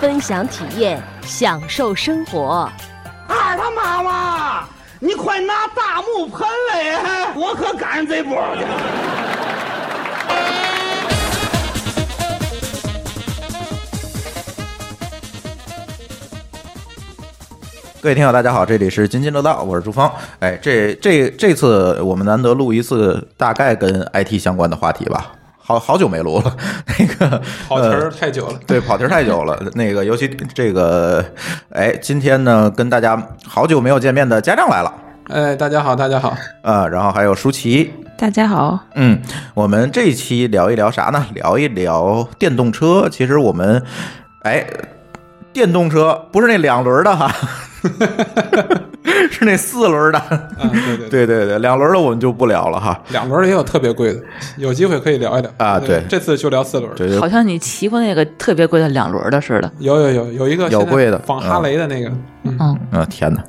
分享体验，享受生活。二啊他妈妈，你快拿大木盆来，我可赶上这波去。各位听友，大家好，这里是津津乐道，我是朱峰。哎，这这这次我们难得录一次，大概跟 IT 相关的话题吧。好好久没录了， 那个跑题儿太久了、呃，对，跑题儿太久了。 那个，尤其这个，哎，今天呢，跟大家好久没有见面的家长来了。哎，大家好，大 家好。呃，然后还有舒淇，大家好。嗯，我们这一期聊一聊啥呢？聊一聊电动车。其实我们，哎，电动车不是那两轮的哈。 是那四轮的，啊、对对嗯对对对，两轮的我们就不聊了哈。 两轮也有特别贵的，有机会可以聊一聊啊。对，这次就聊四轮。对好像你骑过那个特别贵的两轮的似的。有有有有一个有贵的，仿哈雷的那个。嗯嗯、啊，天哪！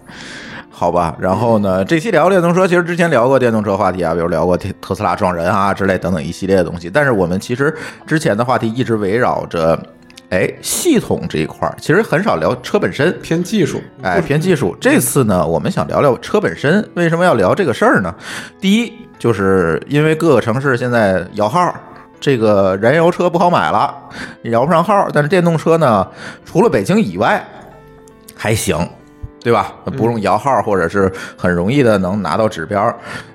好吧，然后呢？这期聊电动车，其实之前聊过电动车话题啊，比如聊过特特斯拉撞人啊之类等等一系列的东西。但是我们其实之前的话题一直围绕着。哎，系统这一块儿其实很少聊车本身，偏技术。哎，偏技术。这次呢，我们想聊聊车本身，为什么要聊这个事儿呢？第一，就是因为各个城市现在摇号，这个燃油车不好买了，摇不上号。但是电动车呢，除了北京以外，还行。对吧？不用摇号，或者是很容易的能拿到指标。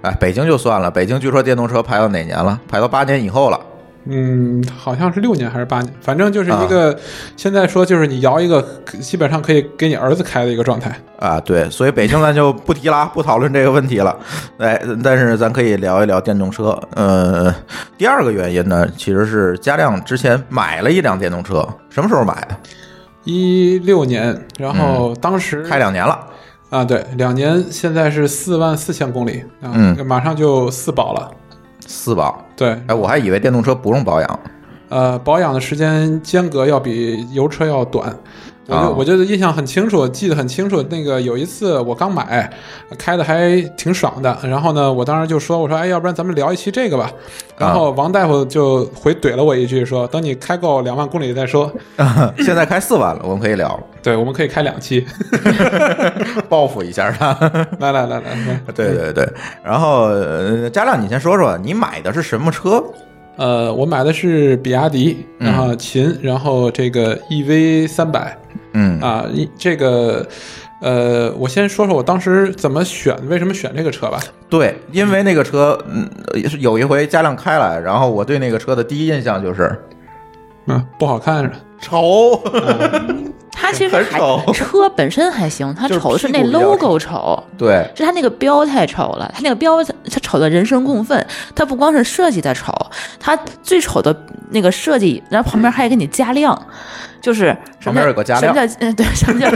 哎，北京就算了，北京据说电动车排到哪年了？排到八年以后了。嗯，好像是六年还是八年，反正就是一个，啊、现在说就是你摇一个，基本上可以给你儿子开的一个状态啊。对，所以北京咱就不提了，不讨论这个问题了。哎，但是咱可以聊一聊电动车。呃，第二个原因呢，其实是嘉亮之前买了一辆电动车，什么时候买的？一六年，然后当时、嗯、开两年了啊，对，两年，现在是四万四千公里啊，嗯、马上就四保了。四保对，哎，我还以为电动车不用保养，呃，保养的时间间隔要比油车要短。我就、哦、我觉得印象很清楚，记得很清楚。那个有一次我刚买，开的还挺爽的。然后呢，我当时就说：“我说，哎，要不然咱们聊一期这个吧。”然后王大夫就回怼了我一句说：“等你开够两万公里再说。啊”现在开四万了，我们可以聊了。对，我们可以开两 期，报复一下他。 来来来来，对对对。然后佳亮，你先说说你买的是什么车？呃，我买的是比亚迪，然后秦，嗯、然后这个 EV 三百。嗯啊，一这个，呃，我先说说我当时怎么选，为什么选这个车吧。对，因为那个车，嗯，有一回嘉亮开来，然后我对那个车的第一印象就是，嗯、啊，不好看，丑。 嗯它其实还车本身还行，它丑的是那 logo 丑，对，是它那个标太丑了，它那个标它丑的人神共愤，它不光是设计的丑，它最丑的那个设计，然后旁边还给你加量，就是什么叫加量？什么叫嗯对？什 么叫？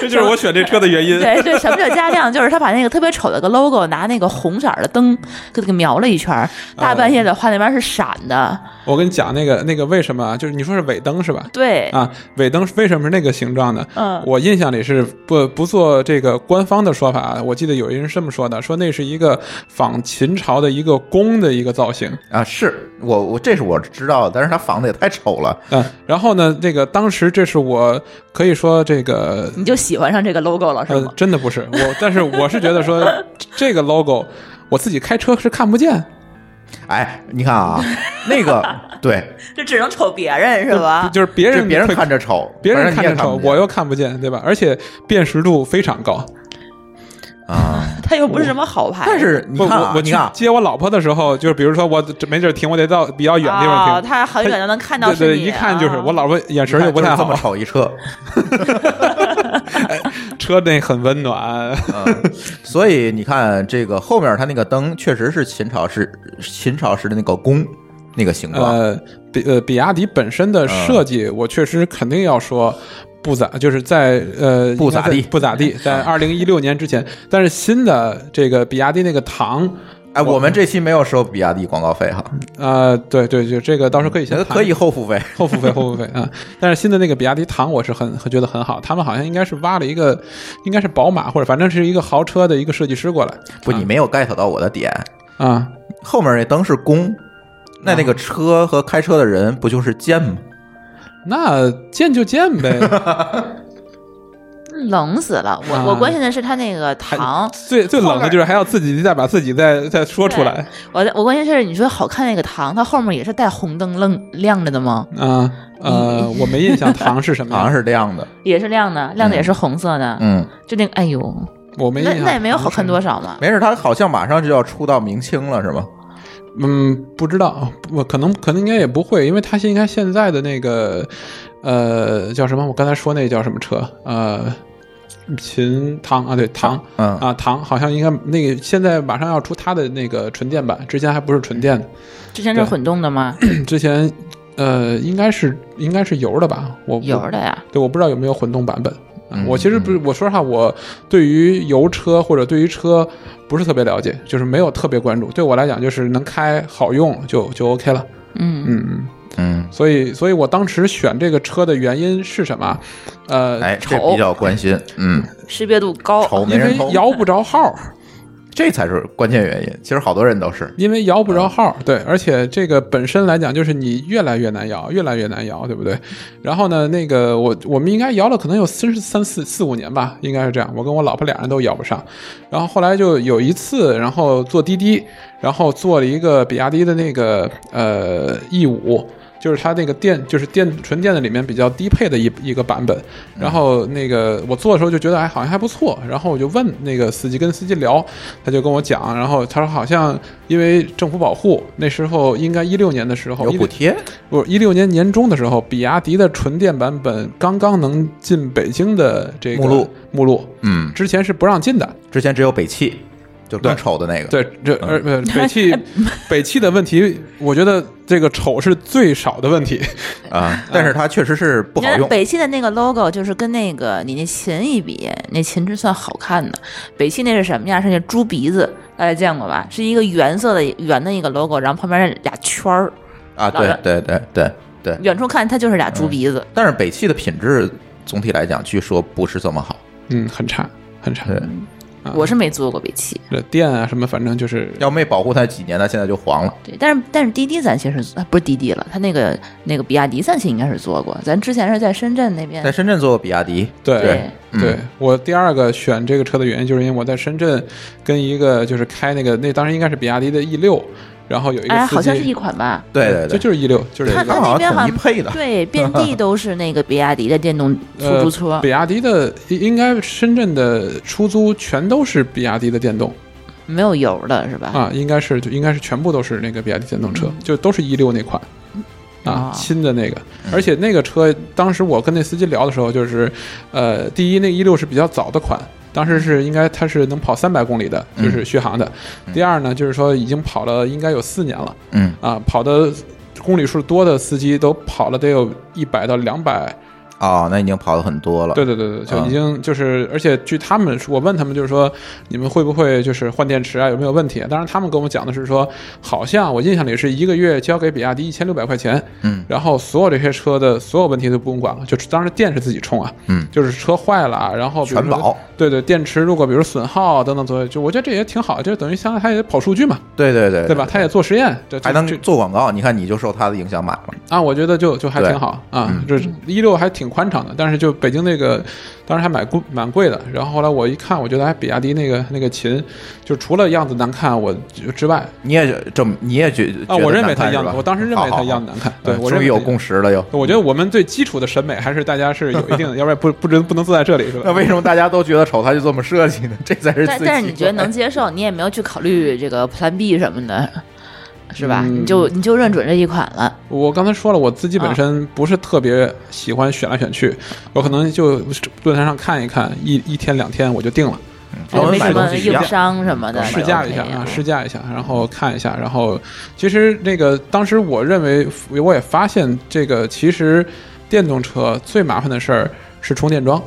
这就是我选这车的原因。对对，什么叫加量？就是他把那个特别丑的个 logo 拿那个红色的灯给给描了一圈，大半夜的画那边是闪的。 我跟你讲那个那个为什么？啊就是你说是尾灯是吧？对啊，尾灯。为什么是那个形状呢？嗯，我印象里是不不做这个官方的说法。啊我记得有一人这么说的，说那是一个仿秦朝的一个弓的一个造型啊。是我我这是我知道的，但是他仿的也太丑了。嗯，然后呢，这个当时这是我可以说这个你就喜欢上这个 logo 了是吗？呃、真的不是我，但是我是觉得说这个 logo 我自己开车是看不见。哎，你看啊， 那个对，呃就只能瞅别人是吧？就是 别人啊别人看着瞅，别人看着瞅，我又看不见，对吧？而且辨识度非常高啊， 它又不是什么好牌。但是你看、啊，哎我我去接我老婆的时候，就是比如说我没地儿停，我得到比较远地方停，哦、他很远就能看到啊对对，一看就是啊我老婆眼神就不太好，这么瞅一车。车内很 温暖嗯，所以你看这个后面它那个灯确实是秦朝时秦朝时的那个宫。那个形状，呃，比呃比亚迪本身嗯的设计，我确实肯定要说。不咋，就是在呃不咋地嗯应该在不咋地，在二零一六年之前，但是新的这个比亚迪那个唐，哎，我们这期没有收比亚迪广告费哈，呃，对对，就这个到时候可以先谈嗯可以后付费。后付费，后付费啊！但是新的那个比亚迪唐，我是很很觉得很好，他们好像应该是挖了一个，应该是宝马或者反正是一个豪车的一个设计师过来不，你没有 get 到我的点，啊。后面那灯是弓，那那个车和开车的人不就是箭吗？那见就见 呗，冷死了。我、啊我关心的是他那个糖，最最冷的就是还要自己再把自己再再说出来我我关心是你说好看那个糖，它后面也是带红灯亮亮着的吗？啊。呃，我没印象唐是什么好像样，是这样的，也是亮的，亮的也是红色的。嗯，就那个，哎呦，我没印那象。那也没有好看多少嘛。没事，他好像马上就要出到明清了，是吗？嗯，不知道，我可能可能应该也不会，因为它现应该现在的那个，呃，叫什么？我刚才说那叫什么车？呃，秦唐啊，对唐，嗯啊唐，好像应该那个现在马上要出它的那个纯电版，之前还不是纯电的， 之前是对混动的吗？之前呃应该是应该是油的吧？我有我的呀。对，我不知道有没有混动版本。啊嗯我其实不是，我说实话，我对于油车或者对于车不是特别了解，就是没有特别关注。对我来讲，就是能开好用就就 OK 了。嗯，嗯嗯。嗯，所以，所以我当时选这个车的原因是什么？呃，哎哦哎，这丑比较关心，嗯，识别度高。丑没因为人偷，摇不着号，这才是关键原因。其实好多人都是，因为摇不嗯着号，对，而且这个本身来讲，就是你越来越难摇，越来越难摇，对不对？然后呢，那个我我们应该摇了，可能有三十三四四五年吧，应该是这样。我跟我老婆俩人都摇不上，然后后来就有一次，然后坐滴滴，然后坐了一个比亚迪的那个呃 E 五。就是它那个电，就是电纯电的里面比较低配的一一个版本。然后那个我坐的时候就觉得，哎，好像还不错。然后我就问那个司机，跟司机聊，他就跟我讲，然后他说好像因为政府保护，那时候应该一六年的时候有补，贴，不一六年年中的时候，比亚迪的纯电版本刚刚能进北京的这个目录目录，嗯，之前是不让进的。之前只有北汽，就更丑的那个，，对，这嗯呃呃 北汽北汽的问题，我觉得这个丑是最少的问题。 嗯啊，但是它确实是不你好看用，北汽的那个 logo 就是跟那个你那琴一比，那琴是算好看的。北汽那是什么呀？是那猪鼻子，大家见过吧？是一个圆色的圆的一个 logo，然后旁边俩圈儿，啊，老对人对对对对。远处看它就是俩猪鼻子。但是北汽的品质总体来讲，据说不是这么好，嗯，很差，很差。对，啊我是没坐过北汽，这电啊什么，反正就是要没保护它几年，它现在就黄了。对，但是但是滴滴咱其实啊不是滴滴了，它那个那个比亚迪咱其实应该是坐过，咱之前是在深圳那边在。深圳做过比亚迪，对对嗯对我第二个选这个车的原因，就是因为我在深圳跟一个就是开那个那当时应该是比亚迪的 E 六，然后有一个司机，哎，好像是一款吧？对对就对，就是 E 六，就是对它一它个刚好那边好统一像配的对，遍地都是那个比亚迪的电动出租车。呃比亚迪的应应该深圳的出租全都是比亚迪的电动没有油的是吧？啊，应该是就应该是全部都是那个比亚迪电动车，就都是 E 六那款。啊啊，新的那个，而且那个车，当时我跟那司机聊的时候，就是，呃，第一，那 E 六是比较早的款，当时是应该它是能跑三百公里的，就是续航的。第二呢，就是说已经跑了应该有四年了，嗯啊，跑的公里数多的司机都跑了得有一百到两百，哦，那已经跑的很多了。对对对对，就啊已经就是，而且据他们说，我问他们就是说，你们会不会就是换电池啊，有没有问题、啊？当然，他们跟我讲的是说，好像我印象里是一个月交给比亚迪一千六百块钱，嗯，然后所有这些车的所有问题都不用管了，就是当然电是自己充啊，嗯就是车坏了啊，然后比如说全保，对对，电池如果比如损耗啊等等作业，就我觉得这也挺好，就等于相当于他也跑数据嘛，对对对，对吧？？他也做实验，这这还能这做广告，你看你就受它的影响买了。啊，我觉得就就还挺好啊嗯，这一六还挺宽敞的，但是就北京那个，当时还蛮贵蛮贵的。然后后来我一看，我觉得哎，比亚迪那个那个琴，就除了样子难看我就之外，你也这么，你也觉啊，我认为它样子，我当时认为它它样子难看，对嗯我终认于为有它共识了又。对我觉得我们对基础的审美还是大家是有一定 的，要不然不不能不能坐在这里是那吧？为什么大家都觉得丑，它就这么设计呢？这 才是最但奇怪。但是你觉得能接受，你也没有去考虑这个 Plan B 什么的，是吧？嗯你就你就认准这一款了。我刚才说了，我自己啊本身不是特别喜欢选来选去，我可能就论坛上看一看，一一天两天我就定了。稍微没买什东么西一硬样。伤什么的，买试驾一下啊，试驾一下，然后看一下，然后其实那个当时我认为，我也发现这个其实电动车最麻烦的事儿是充电桩，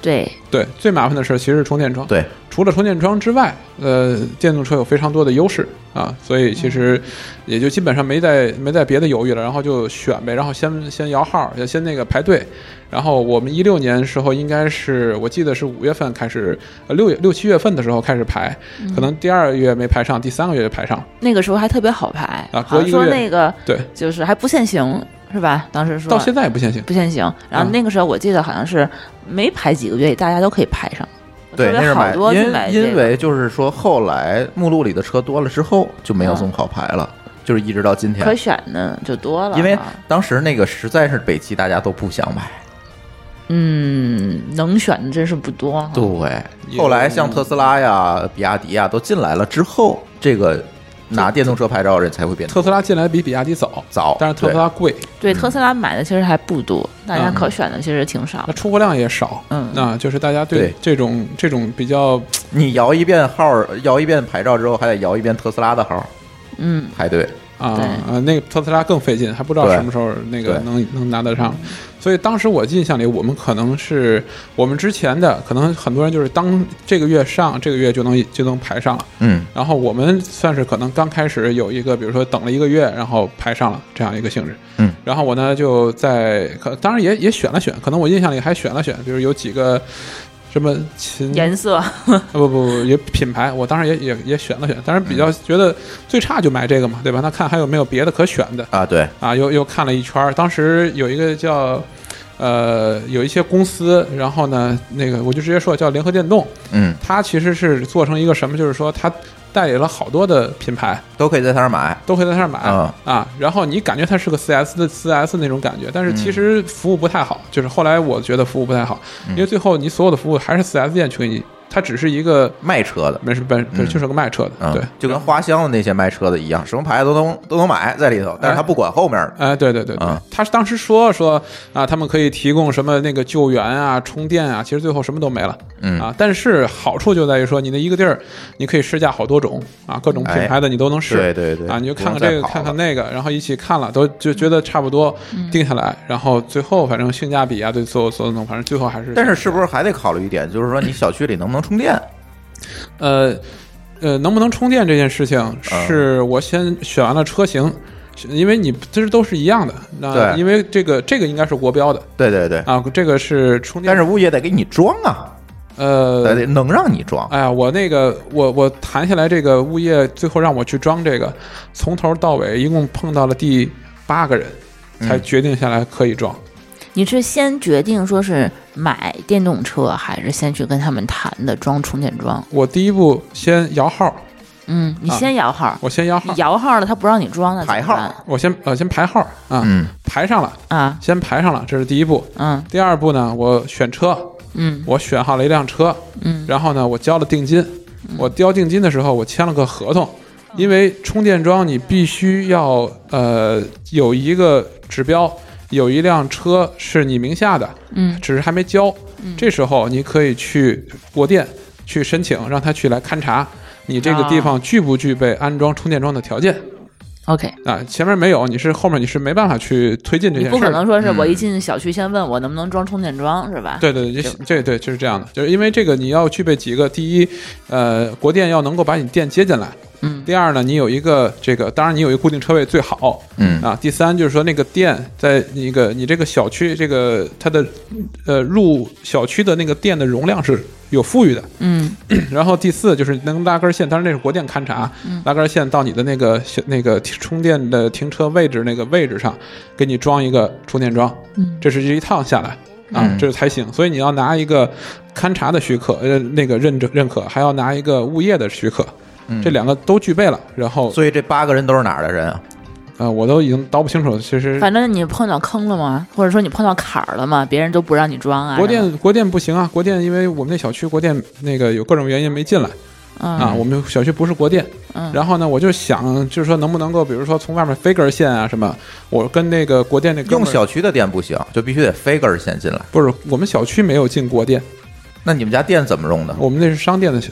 对，对，最麻烦的事儿其实是充电桩。对，除了充电桩之外，呃，电动车有非常多的优势啊，所以其实嗯也就基本上没在没在别的犹豫了，然后就选呗，然后先先摇号，要先那个排队，然后我们一六年时候应该是我记得是五月份开始，呃六月六七月份的时候开始排，嗯可能第二月没排上，第三个月就排上，那个时候还特别好排，啊好隔像一说个月那个对，就是还不限行是吧？当时说到现嗯在也不限行，不限行，然后那个时候我记得好像是没排几个月，大家都可以排上，对，特那别是好买，多去因买这个因为就是说，后来目录里的车多了之后，就没有这么好排了，就是一直到今嗯可天。选的就多了，啊因为当时那个实在是北汽大家都不想买，嗯，能选的真是不多哈，对。啊后来像特斯拉呀、比亚迪呀都进来了之后，这个拿电动车牌照的人才会变特斯拉进来比比亚迪早。早，但是特斯拉贵，对，啊特斯拉买的其实还不多，大家可选的其实挺少嗯那。出货量也少，嗯那就是大家对对这种这种比较对你摇一遍号，摇一遍牌照之后，还得摇一遍特斯拉的号嗯，排队。啊对啊，那个特斯拉更费劲，还不知道对什么时候那个对能能拿得上。所以当时我印象里，我们可能是我们之前的，可能很多人就是当这个月上，这个月就能就能排上了。嗯，然后我们算是可能刚开始有一个，比如说等了一个月，然后排上了这样一个性质。嗯，然后我呢就在可当然也也选了选，可能我印象里还选了选，比如有几个什么秦颜色啊不不不，也品牌，我当时也也也选了选，当然比较觉得最差就买这个嘛，对吧？那看还有没有别的可选的啊，对，啊？又又看了一圈儿，当时有一个叫呃有一些公司，然后呢那个我就直接说叫联合电动，嗯，它其实是做成一个什么，就是说它代理了好多的品牌，都可以在他那儿买。都可以在那儿买、嗯啊。然后你感觉它是个 4S 的 4S 那种感觉，但是其实服务不太好。就是后来我觉得服务不太好，因为最后你所有的服务还是 4S 店去给你，它只是一个卖车的，没事本本就是个卖车的，嗯对。就跟花乡的那些卖车的一样，什么牌子都能都能买在里头，但是他不管后面的。哎，对对对对啊，他是当时说说啊，他们可以提供什么那个救援啊、充电啊，其实最后什么都没了，嗯啊，但是好处就在于说，你的一个地儿，你可以试驾好多种啊，各种品牌的你都能试，哎对对对啊，你就看看不用这再个跑了看看那个，然后一起看了，都就觉得差不多定下来，然后最后反正性价比啊，对所有所有弄，反正最后还是，但是是不是还得考虑一点，就是说你小区里能不能充电？呃呃，能不能充电这件事情，啊是我先选完了车型。因为你其实都是一样的，那对因为这个这个应该是国标的，对对对，啊，这个是充电，但是物业得给你装啊，得呃，得能让你装。哎呀，我那个我我谈下来，这个物业最后让我去装这个，从头到尾一共碰到了第八个人，嗯才决定下来可以装。你是先决定说是买电动车，还是先去跟他们谈的装充电桩？我第一步先摇号，嗯，你啊先摇号，我先摇你号，摇号了，他不让你装了，排怎么号办我先呃先排号啊，嗯排上了，啊，先排上了，这是第一步。嗯第二步呢，我选车，嗯我选好了一辆车，嗯，然后呢，我交了定金，我交定金的时候，我签了个合哦同，因为充电桩你必须要呃有一个指标，有一辆车是你名下的，嗯，只是还没交，这时候你可以去国电去申请，让他去来勘察你这个地方具不具备安装充电桩的条件。 ，OK，啊，前面没有，你是后面你是没办法去推进这你件事儿的。嗯不可能说是我一进小区先问我能不能装充电桩是吧？对对，对，这对就是这样的，就是因为这个你要具备几个，第一，呃，国电要能够把你电接进来，嗯第二呢，你有一个这个，当然你有一个固定车位最好，嗯啊，第三就是说那个电在那个你这个小区这个它的呃入小区的那个电的容量是有富裕的，嗯然后第四就是能拉根线，当然那是国电勘察，拉根线到你的那个小那个停充电的停车位置那个位置上，给你装一个充电桩，嗯这是一趟下来。啊嗯，这才行。所以你要拿一个勘察的许可，呃，那个认证认可，还要拿一个物业的许可，这两个都具备了。然后，所以这八个人都是哪儿的人啊？呃，我都已经叨不清楚了。其实反正你碰到坑了吗？或者说你碰到坎儿了吗？别人都不让你装啊？国是吧电国电不行啊，国电因为我们那小区国电那个有各种原因没进来啊，嗯我们小区不是国电。嗯，然后呢，我就想，就是说能不能够，比如说从外面飞根线啊什么，我跟那个国电那哥用们儿小区的电不行，就必须得飞根线进来。不是我们小区没有进国电，那你们家电怎么用的？我们那是商店的小，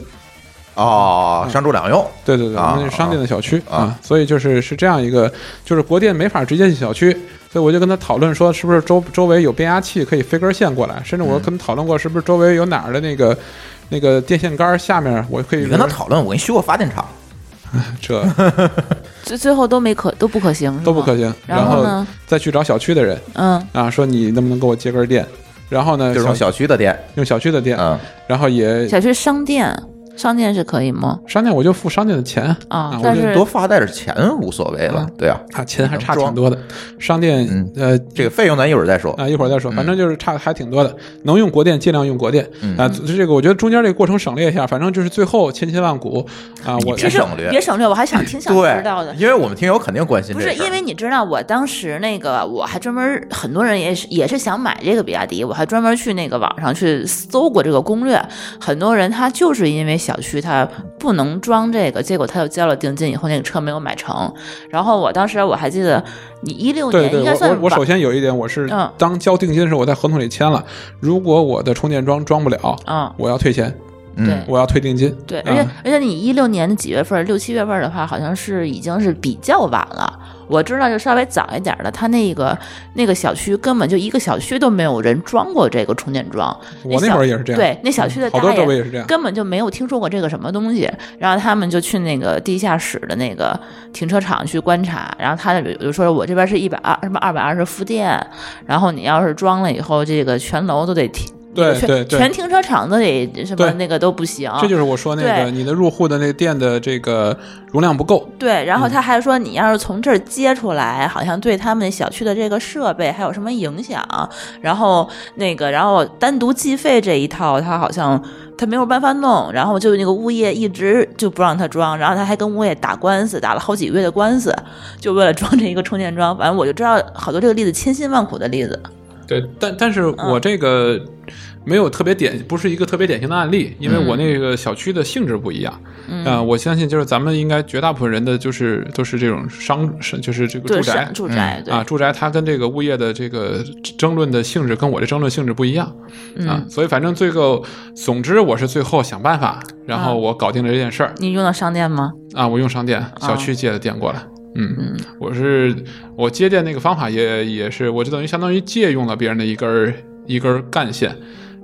哦，上住两用对对对，啊我们那是商店的小区啊啊所以就是是这样一个，就是国电没法直接进小区，所以我就跟他讨论说，是不是周周围有变压器可以飞根线过来，甚至嗯我跟他讨论过，是不是周围有哪儿的那个那个电线杆儿下面我可以你跟他讨论，我给你修个发电厂。这最最后都没可都不可行，是吗都不可。行， 然后后呢？再去找小区的人嗯，啊，说你能不能给我接根儿电？然后呢，就是用小小区的店，用小区的电，嗯，然后也小区商店，商店是可以吗？商店我就付商店的钱啊啊，我但就是多发带点钱无所谓了，对啊，啊钱还差挺多的，商店嗯呃这个费用咱一会儿再说。啊，一会儿再说，嗯反正就是差还挺多的。能用国电尽量用国电嗯啊，这个我觉得中间这个过程省略一下，反正就是最后千辛万苦啊，我别省略别省略，我还想挺想对知道的，。因为我们听友肯定关心不这事是儿，因为你知道，我当时那个我还专门很多人也是也是想买这个比亚迪，我还专门去那个网上去搜过这个攻略。很多人他就是因为小区他不能装这个，结果他就交了定金以后那个车没有买成。然后我当时我还记得，你一六对年对，应我该算我我晚首先有一点，我是嗯当交定金的时候，我在合同里签了，如果我的充电桩装不了，嗯我要退钱，嗯，我要退定金。对，啊而且、而且你一六年的几月份儿，六七月份儿的话，好像是已经是比较晚了。我知道就稍微早一点儿的，他那个那个小区根本就一个小区都没有人装过这个充电桩。我那那小会儿也是这样，嗯对，那小区的好多大周围爷也是这样。根本就没有听说过这个什么东西，然后他们就去那个地下室的那个停车场去观察，然后他就比如说我这边是一百二什么二百二十伏电，然后你要是装了以后，这个全楼都得停，对全对对全停车场都得什么对那个都不行，这就是我说那个啊对你的入户的那个电的这个容量不够，对，然后他还说，你要是从这儿接出来，好像对他们小区的这个设备还有什么影响？然后那个，然后单独计费这一套，他好像他没有办法弄，然后就那个物业一直就不让他装，然后他还跟物业打官司，打了好几个月的官司，就为了装这一个充电桩。反正我就知道好多这个例子，千辛万苦的例子。对，但但是我这个没有特别典，不是一个特别典型的案例，因为嗯我那个小区的性质不一样。嗯，啊，我相信就是咱们应该绝大部分人的就是都是这种商，是就是这个对，住是宅。住宅，对，啊，住宅它跟这个物业的这个争论的性质跟我这争论性质不一样、啊嗯，，所以反正最后，总之我是最后想办法，然后啊我搞定了这件事儿你用到商店吗？啊，我用商店小区借的电过来，嗯，嗯我是我接电那个方法也也是，我就等于相当于借用了别人的一根儿一根儿干线，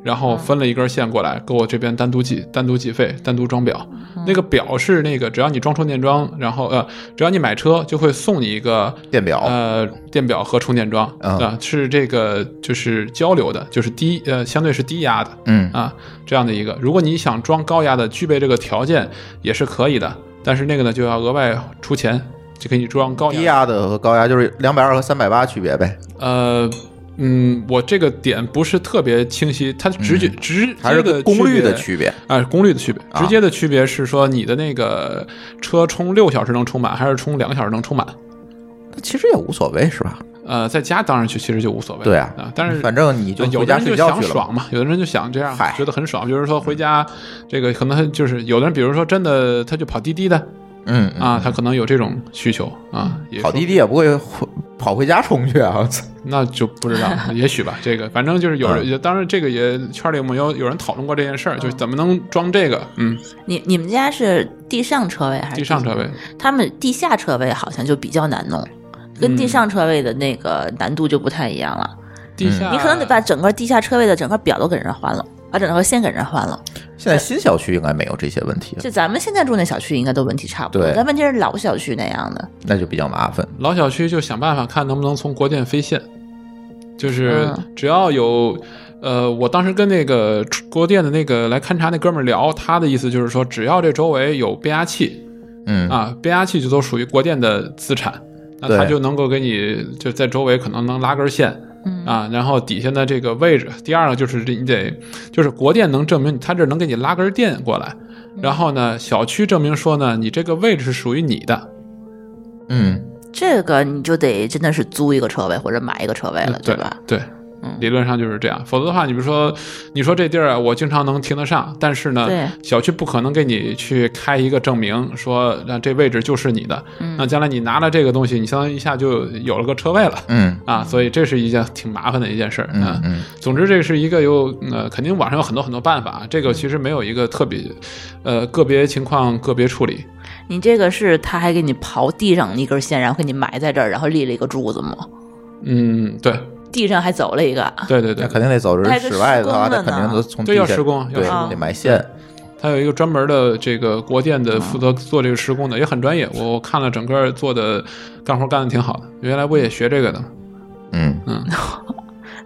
然后分了一根线过来，给我这边单独计单独计费，单独装表。那个表是那个，只要你装充电桩，然后呃，只要你买车就会送你一个电表呃，电表和充电桩嗯啊、是这个就是交流的，就是低呃，相对是低压的，嗯啊，这样的一个。如果你想装高压的，具备这个条件也是可以的，但是那个呢就要额外出钱，就给你装高低压。压的和高压就是两百二和三百八区别呗，呃，嗯，我这个点不是特别清晰，它直觉、直接嗯还是的跟功率的别区别。啊，功率的区别，啊直接的区别是说你的那个车充六小时能充满，还是充两个小时能充满。其实也无所谓是吧？呃，在家当然去其实就无所谓，对啊但是反正你就有回家的人就睡觉想去了嘛。爽嘛，有的人就想这样嗨，觉得很爽。比如说回家，这个可能他就是有的人，比如说真的他就跑滴滴的嗯嗯啊，他可能有这种需求啊，也跑说滴滴也不会回跑回家充去啊！那就不知道，也许吧。这个反正就是有人，也当然这个也圈里有没有有人讨论过这件事儿，就是怎么能装这个？嗯，你你们家是地上车位还是地上车位？他们地下车位好像就比较难弄，跟地上车位的那个难度就不太一样了。地下你可能得把整个地下车位的整个表都给人家换了，把整个线给人家换了。现在新小区应该没有这些问题了，就咱们现在住那小区，应该都问题差不多对。但问题是老小区那样的，那就比较麻烦。老小区就想办法看能不能从国电飞线，就是嗯只要有，呃，我当时跟那个出国电的那个来勘察那哥们儿聊，他的意思就是说，只要这周围有变压器嗯，啊，变压器就都属于国电的资产，那他对就能够给你就在周围可能能拉根线。嗯啊，然后底下的这个位置，第二个就是这你得，就是国电能证明他这儿能给你拉根电过来，嗯然后呢，小区证明说呢，你这个位置是属于你的，嗯，这个你就得真的是租一个车位或者买一个车位了，对吧？？对，嗯理论上就是这样，否则的话，你比如说，你说这地儿啊我经常能停得上，但是呢对，小区不可能给你去开一个证明，说那这位置就是你的。嗯那将来你拿了这个东西，你相当于一下就有了个车位了。嗯啊，所以这是一件挺麻烦的一件事儿。嗯啊嗯，总之这是一个有呃，肯定网上有很多很多办法，这个其实没有一个特别，呃，个别情况个别处理。你这个是他还给你刨地上一根线，然后给你埋在这儿，然后立了一个柱子吗？嗯，对，地上还走了一个，对对对啊那，肯定得走人还得室外的话，施工那呢啊肯定都从对地要下施工要对施工得埋线。它有一个专门的这个国电的负责做这个施嗯工的，也很专业。我我看了整个做的干活干的挺好的，原来我也学这个的。嗯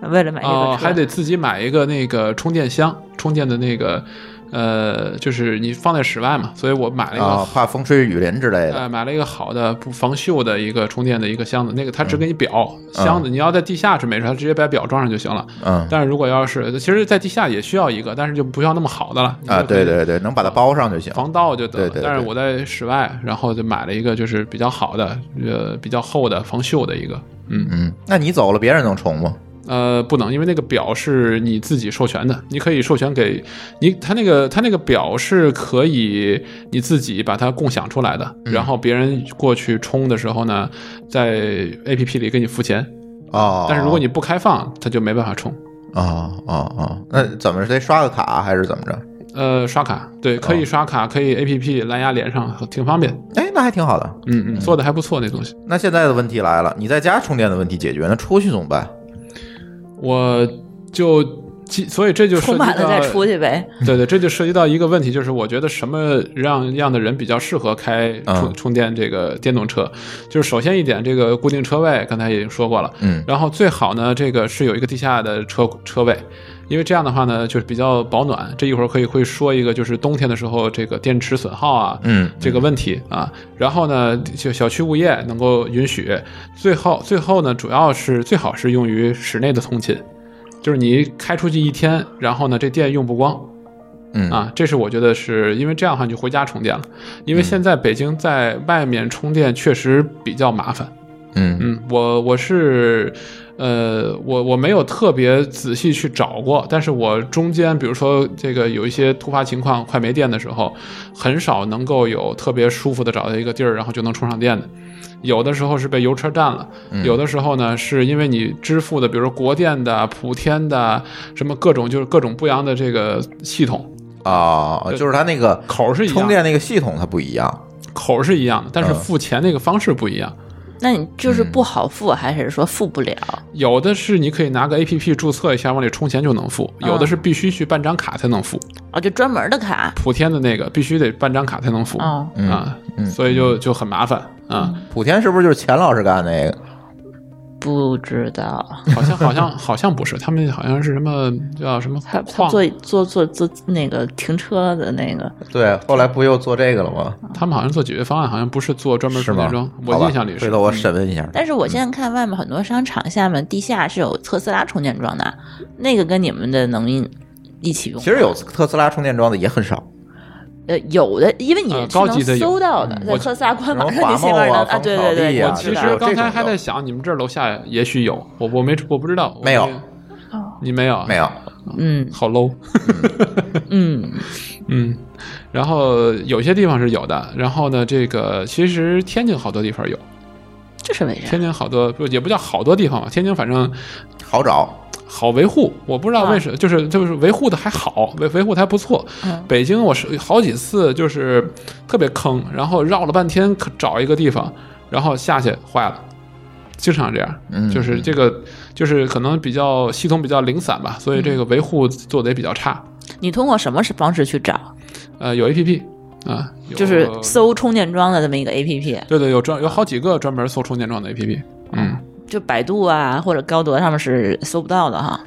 为了买这个车，哦，还得自己买一个那个充电箱，充电的那个，呃，就是你放在室外嘛，所以我买了一个啊，怕风吹雨淋之类的。哎，买了一个好的不防锈的一个充电的一个箱子，那个它嗯只给你表、箱子，你要在地下是没事，它直接把表装上就行了。嗯但是如果要是，其实，在地下也需要一个，但是就不要那么好的了啊，对，对对，能把它包上就行你就可以。防盗就得了。对对对但是我在室外，然后就买了一个就是比较好的，呃，比较厚的防锈的一个，嗯，嗯，那你走了，别人能冲吗？呃，不能，因为那个表是你自己授权的，你可以授权给你，它那个它那个表是可以你自己把它共享出来的，嗯然后别人过去充的时候呢，在 A P P 里给你付钱，哦，啊但是如果你不开放，它就没办法充。哦哦哦，那怎么是得刷个卡啊还是怎么着？呃，刷卡，对，可以刷卡，可以 A P P 蓝牙连上，挺方便。哎，那还挺好的。嗯嗯，做的还不错那东西。那现在的问题来了，你在家充电的问题解决，那出去怎么办？我就既所以这就涉充及满了到再出去呗。 对对，这就涉及到一个问题，就是我觉得什么样样的人比较适合开充、嗯充电这个电动车？就是首先一点，这个固定车位刚才已经说过了，嗯然后最好呢，这个是有一个地下的车车位，因为这样的话呢，就是比较保暖。这一会儿可以会说一个，就是冬天的时候这个电池损耗啊，嗯这个问题啊。然后呢，就小区物业能够允许。最后最后呢，主要是最好是用于室内的通勤，就是你开出去一天，然后呢这电用不光，嗯啊，这是我觉得是因为这样的话你就回家充电了，因为嗯现在北京在外面充电确实比较麻烦。嗯嗯，我我是，呃，我我没有特别仔细去找过，但是我中间比如说这个有一些突发情况，快没电的时候，很少能够有特别舒服的找到一个地儿，然后就能充上电的。有的时候是被油车占了，嗯有的时候呢是因为你支付的，比如说国电的、普天的，什么各种就是各种不良的这个系统，啊，对就是它那个口儿是一样的充电那个系统它不一样。口儿是一样的，但是嗯付钱那个方式不一样。那你就是不好付，还是说付不了？有的是你可以拿个 A P P 注册一下，往里充钱就能付；嗯有的是必须去办张卡才能付。哦，就专门的卡。普天的那个必须得办张卡才能付、哦，嗯啊，嗯所以就就很麻烦啊。莆田是不是就是钱老师干那个？不知道，嗯好像好像好像不是，他们好像是什么叫什么他他矿，做做做做那个停车的那个，对，后来不又做这个了吗？他们好像做解决方案，好像不是做专门是充吗电桩。？好吧我印象里是回头我审问一下。但是我现在看外面很多商场下面地下是有特斯拉充电桩的，那个跟你们的能一一起用吗。其实有特斯拉充电桩的也很少，呃有的，因为你呃是高级的能有搜到的，嗯在我特斯拉官网什么上你随便华能贸啊啊，对芳草对对，地啊我嗯我知其知道实道。刚才还这种在有想，你们这儿楼下也许有，我我没我不知道，我没有你没有啊没有。嗯好 low。嗯，嗯，然后有些地方是有的，然后呢，这个其实天津好多地方有，这是为啥天？津好多不也不叫好多地方吧，天津反正好找，好维护，我不知啊道为什么，就是就是维护的还好，维维护的还不错。嗯北京我是好几次就是特别坑，然后绕了半天可找一个地方，然后下去坏了。经常这样，嗯就是这个，就是可能比较系统比较零散吧，所以这个维护做的也比较差。你通过什么方式去找？呃，有 A P P 啊，有就是搜充电桩的这么一个 A P P，对对，有专有好几个专门搜充电桩的 APP，嗯，就百度啊或者高德上面是搜不到的哈。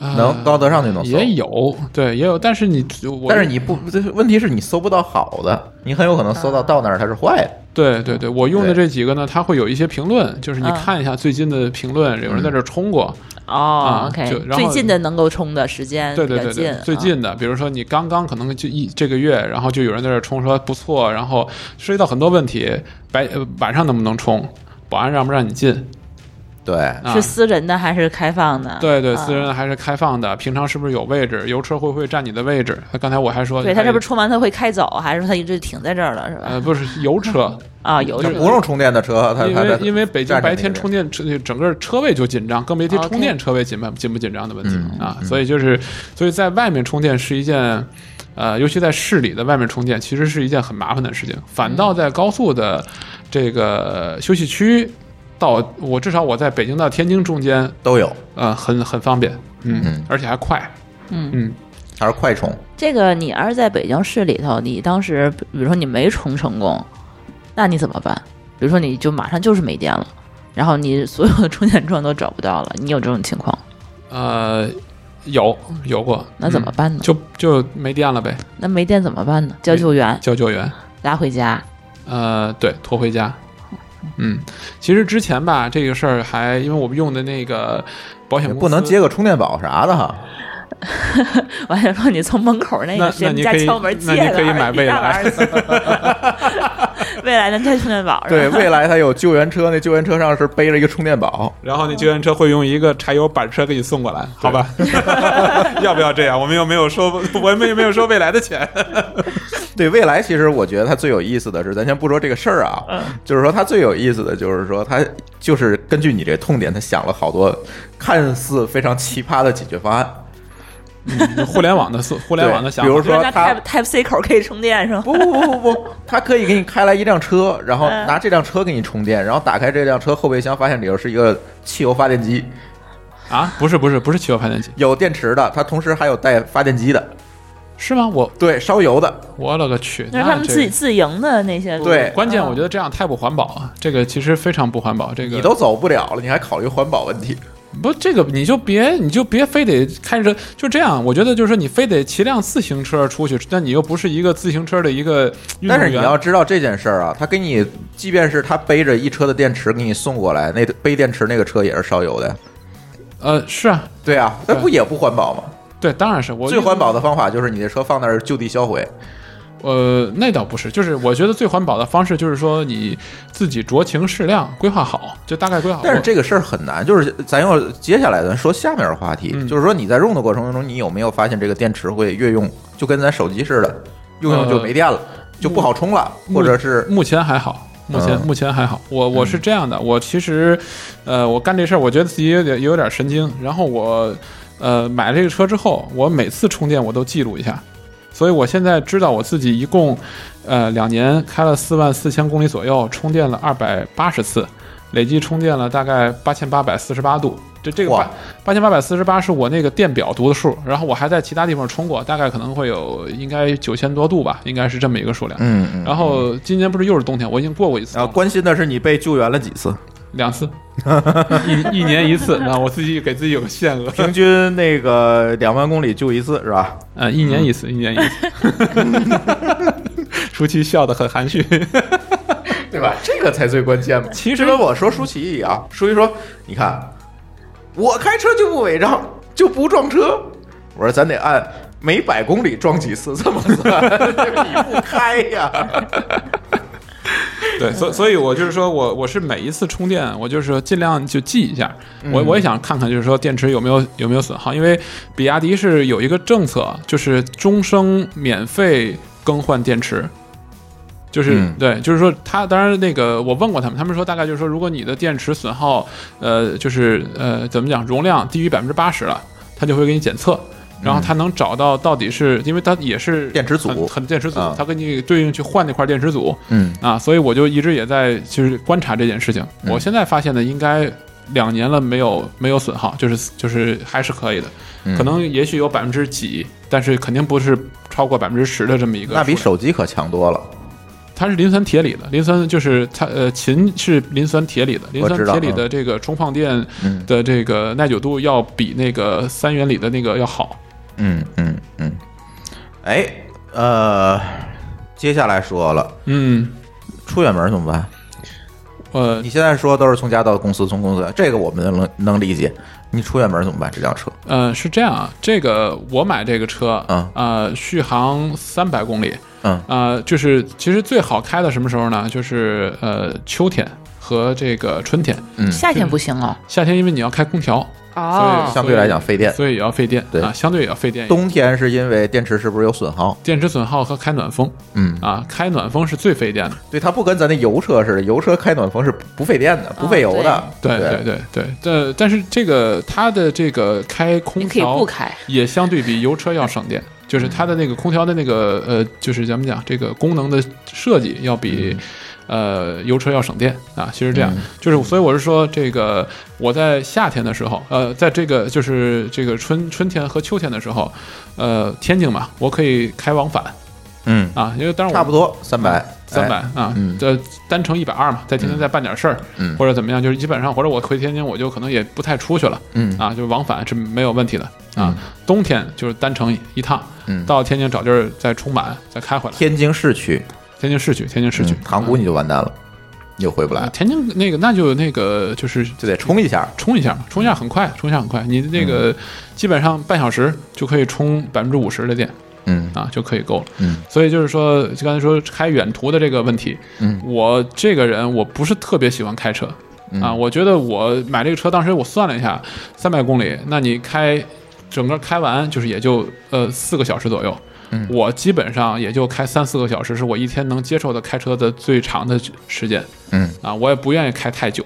嗯能高德上就能搜呃也有，对也有，但是你我但是你不，这问题是你搜不到好的，你很有可能搜到到那儿它是坏的。对对对，我用的对这几个呢，它会有一些评论，就是你嗯看一下最近的评论，有嗯人在这儿冲过，哦啊，OK，就然后最近的能够充的时间对比对较对近对，，最啊近的，比如说你刚刚可能就一这个月，然后就有人在这儿冲说不错，然后嗯涉及到很多问题，白呃晚上能不能冲，保安让不让你进，对，啊是私人的还是开放的？对对，啊私人还是开放的，平常是不是有位置？油车会不会占你的位置？刚才我还说，对他这这不是充完他会开走，还是说他一直停在这儿了，是吧？呃不是油 车，啊，有就这是个不用充电的车，它因它它为因为北京占着白那天个充电车整个车位就紧张，更别提哦 OK 充电车位紧不紧不紧张的问题嗯啊。所以就是，所以在外面充电是一件，呃，尤其在市里的外面充电，其实是一件很麻烦的事情。反倒在高速的这个休息区到我至少我在北京到天津中间，都有，呃，很很方便，嗯嗯，而且还快，嗯嗯。它是快充。这个，你要是在北京市里头，你当时比如说你没充成功，那你怎么办？比如说你就马上就是没电了，然后你所有的充电桩都找不到了，你有这种情况，呃，有有过，那怎么办呢？嗯就就没电了呗，那没电怎么办呢？叫救援，叫救援。拉回家。呃，对，拖回家。嗯，其实之前吧，这个事儿还因为我们用的那个保险公司不能接个充电宝啥的哈，我还说你从门口那那个谁那你家可以敲门那借你的，可以买未来 未来能开充电宝是吧？对，未来它有救援车，那救援车上是背着一个充电宝，然后那救援车会用一个柴油板车给你送过来，好 吧？要不要这样？我们又没有收，我们又没有收未来的钱。对未来，其实我觉得它最有意思的是，咱先不说这个事儿嗯啊，就是说它最有意思的就是说，它就是根据你这痛点，它想了好多看似非常奇葩的解决方案。 互联网的思互联网的对想比法，如人说家它 Type Type C 口可以充电是吗？不不不不不，它可以给你开来一辆车，然后拿这辆车给你充电，然后打开这辆车后备箱，发现里头是一个汽油发电机，啊，不是不是不是汽油发电机，有电池的，它同时还有带发电机的，是吗？我对，烧油的，我勒个去！那是他们这自己自营的那些。对关键我觉得这样太不环保啊，这个其实非常不环保。这个你都走不了了，你还考虑环保问题？不，这个你就别，你就别非得开着，就这样。我觉得就是说，你非得骑辆自行车出去，但你又不是一个自行车的一个运动但员。是你要知道这件事儿啊，他给你，即便是他背着一车的电池给你送过来，那背电池那个车也是烧油的，呃，是啊，对啊，那对不也不环保吗？对，当然是我最环保。的方法就是你的车放那儿就地销毁，呃，那倒不是，就是我觉得最环保的方式就是说你自己酌情适量，规划好，就大概规划好。但是这个事儿很难，就是咱要接下来咱说下面的话题，嗯就是说你在用的过程当中，你有没有发现这个电池会越用就跟咱手机似的，用用就没电了，就不好充了，目或者是目前还好，目前、嗯目前还好。我我是这样的，我其实，呃，我干这事儿，我觉得自己有点也有点神经。然后我，呃，买了这个车之后，我每次充电我都记录一下，所以我现在知道我自己一共，呃，两年开了四万四千公里左右，充电了二百八十次。累计充电了大概八千八百四十八度，这这个哇八八千八百四十八是我那个电表读的数，然后我还在其他地方充过，大概可能会有应该九千多度吧，应该是这么一个数量。嗯嗯，哦然后今年不是又是冬天，我已经过过一次然了，后啊关心的是你被救援了几次，两次，一一年一次，那我自己给自己有个限 额，平均那个两万公里救一次是吧？嗯，一年一次，一年 一次。 舒淇笑得很含蓄，对吧？这个才最关键嘛。其实就跟我说舒淇一样，舒淇说：“你看，我开车就不违章，就不撞车。”我说：“咱得按每百公里撞几次这么算，你不开呀对，所所以，我就是说我我是每一次充电，我就是说尽量就记一下，嗯我我也想看看，就是说电池有没有有没有损耗，因为比亚迪是有一个政策，就是终生免费更换电池，就是、嗯对，就是说他当然那个我问过他们，他们说大概就是说，如果你的电池损耗，呃，就是呃怎么讲，容量低于百分之八十了，他就会给你检测。然后他能找到到底是因为它也是嗯电池组很很电池组啊，他给你对应去换那块电池组，！”嗯，啊，所以我就一直也在就是观察这件事情。嗯我现在发现的应该两年了没有没有损耗，就是就是还是可以的，嗯可能也许有百分之几，但是肯定不是超过百分之十的这么一个。那比，手机可强多了。它是磷酸铁锂的，磷酸就是它呃秦是磷酸铁锂的，磷我酸知道铁锂嗯的这个充放电嗯的这个耐久度要比那个三元锂的那个要好。嗯嗯嗯，哎呃，接下来说了，嗯，出远门怎么办？呃你现在说都是从家到公司，从公司这个我们能能理解。你出远门怎么办？这辆车呃是这样啊，这个我买这个车嗯呃续航三百公里。嗯呃，就是其实最好开的什么时候呢？就是呃秋天和这个春天。嗯，夏天不行了夏天因为你要开空调，哦相对来讲费电。所以也要费电，对啊，相对也要费电。冬天是因为电池是不是有损耗？电池损耗和开暖风嗯，啊，开暖风是最费电的。对，它不跟咱那油车似的，油车开暖风是不费电的，不费油的。啊对对对对，但但是这个它的这个开空你可以调不开，也相对比油车要省电，嗯就是它的那个空调的那个呃，就是咱们讲这个功能的设计要嗯比。呃，油车要省电啊，其实这样，就是所以我是说，这个我在夏天的时候，呃，在这个就是这个春春天和秋天的时候，呃，天津嘛，我可以开往返嗯，啊，因为当然我差不多三百，三百啊嗯，这单程一百二嘛，在天津再办点事儿，嗯或者怎么样，就是基本上，或者我回天津，我就可能也不太出去了，嗯啊，就往返是没有问题的啊嗯。冬天就是单程一趟，嗯到天津找地儿再充满，再开回来。天津市区，天津市区，天津市区嗯，塘沽你就完蛋了，你就回不啊来，天津那个那就那个就是就得冲一下。冲一下嘛，冲一下很快，冲一下很快，你那嗯个基本上半小时就可以充百分之五十的电嗯啊，就可以够了。嗯所以就是说，就刚才说开远途的这个问题，嗯我这个人我不是特别喜欢开车、啊，我觉得我买这个车，当时我算了一下，三百公里，那你开整个开完就是也就呃四个小时左右。嗯我基本上也就开三四个小时，是我一天能接受的开车的最长的时间嗯啊！我也不愿意开太久，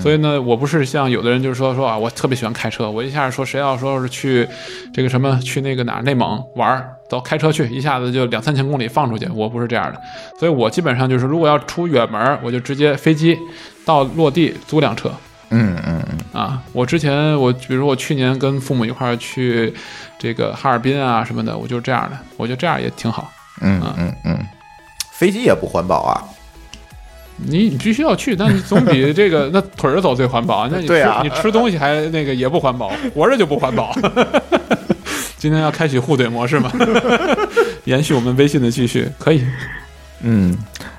所以呢，我不是像有的人就是说说啊，我特别喜欢开车，我一下说谁要说是去这个什么去那个哪儿内蒙玩儿，到开车去，一下子就两三千公里放出去，我不是这样的，所以我基本上就是如果要出远门儿，我就直接飞机到落地租辆车，嗯嗯嗯啊，我之前我比如我去年跟父母一块儿去这个哈尔滨啊什么的，我就是这样的，我觉得这样也挺好。嗯嗯嗯，飞机也不环保啊。你你必须要去，但你总比 这个那腿儿走最环保。那你吃、对啊你吃东西还那个也不 环保，活着就不环保。 今天要开启互怼模式吗？ 延续我们微信的继续，可以。嗯，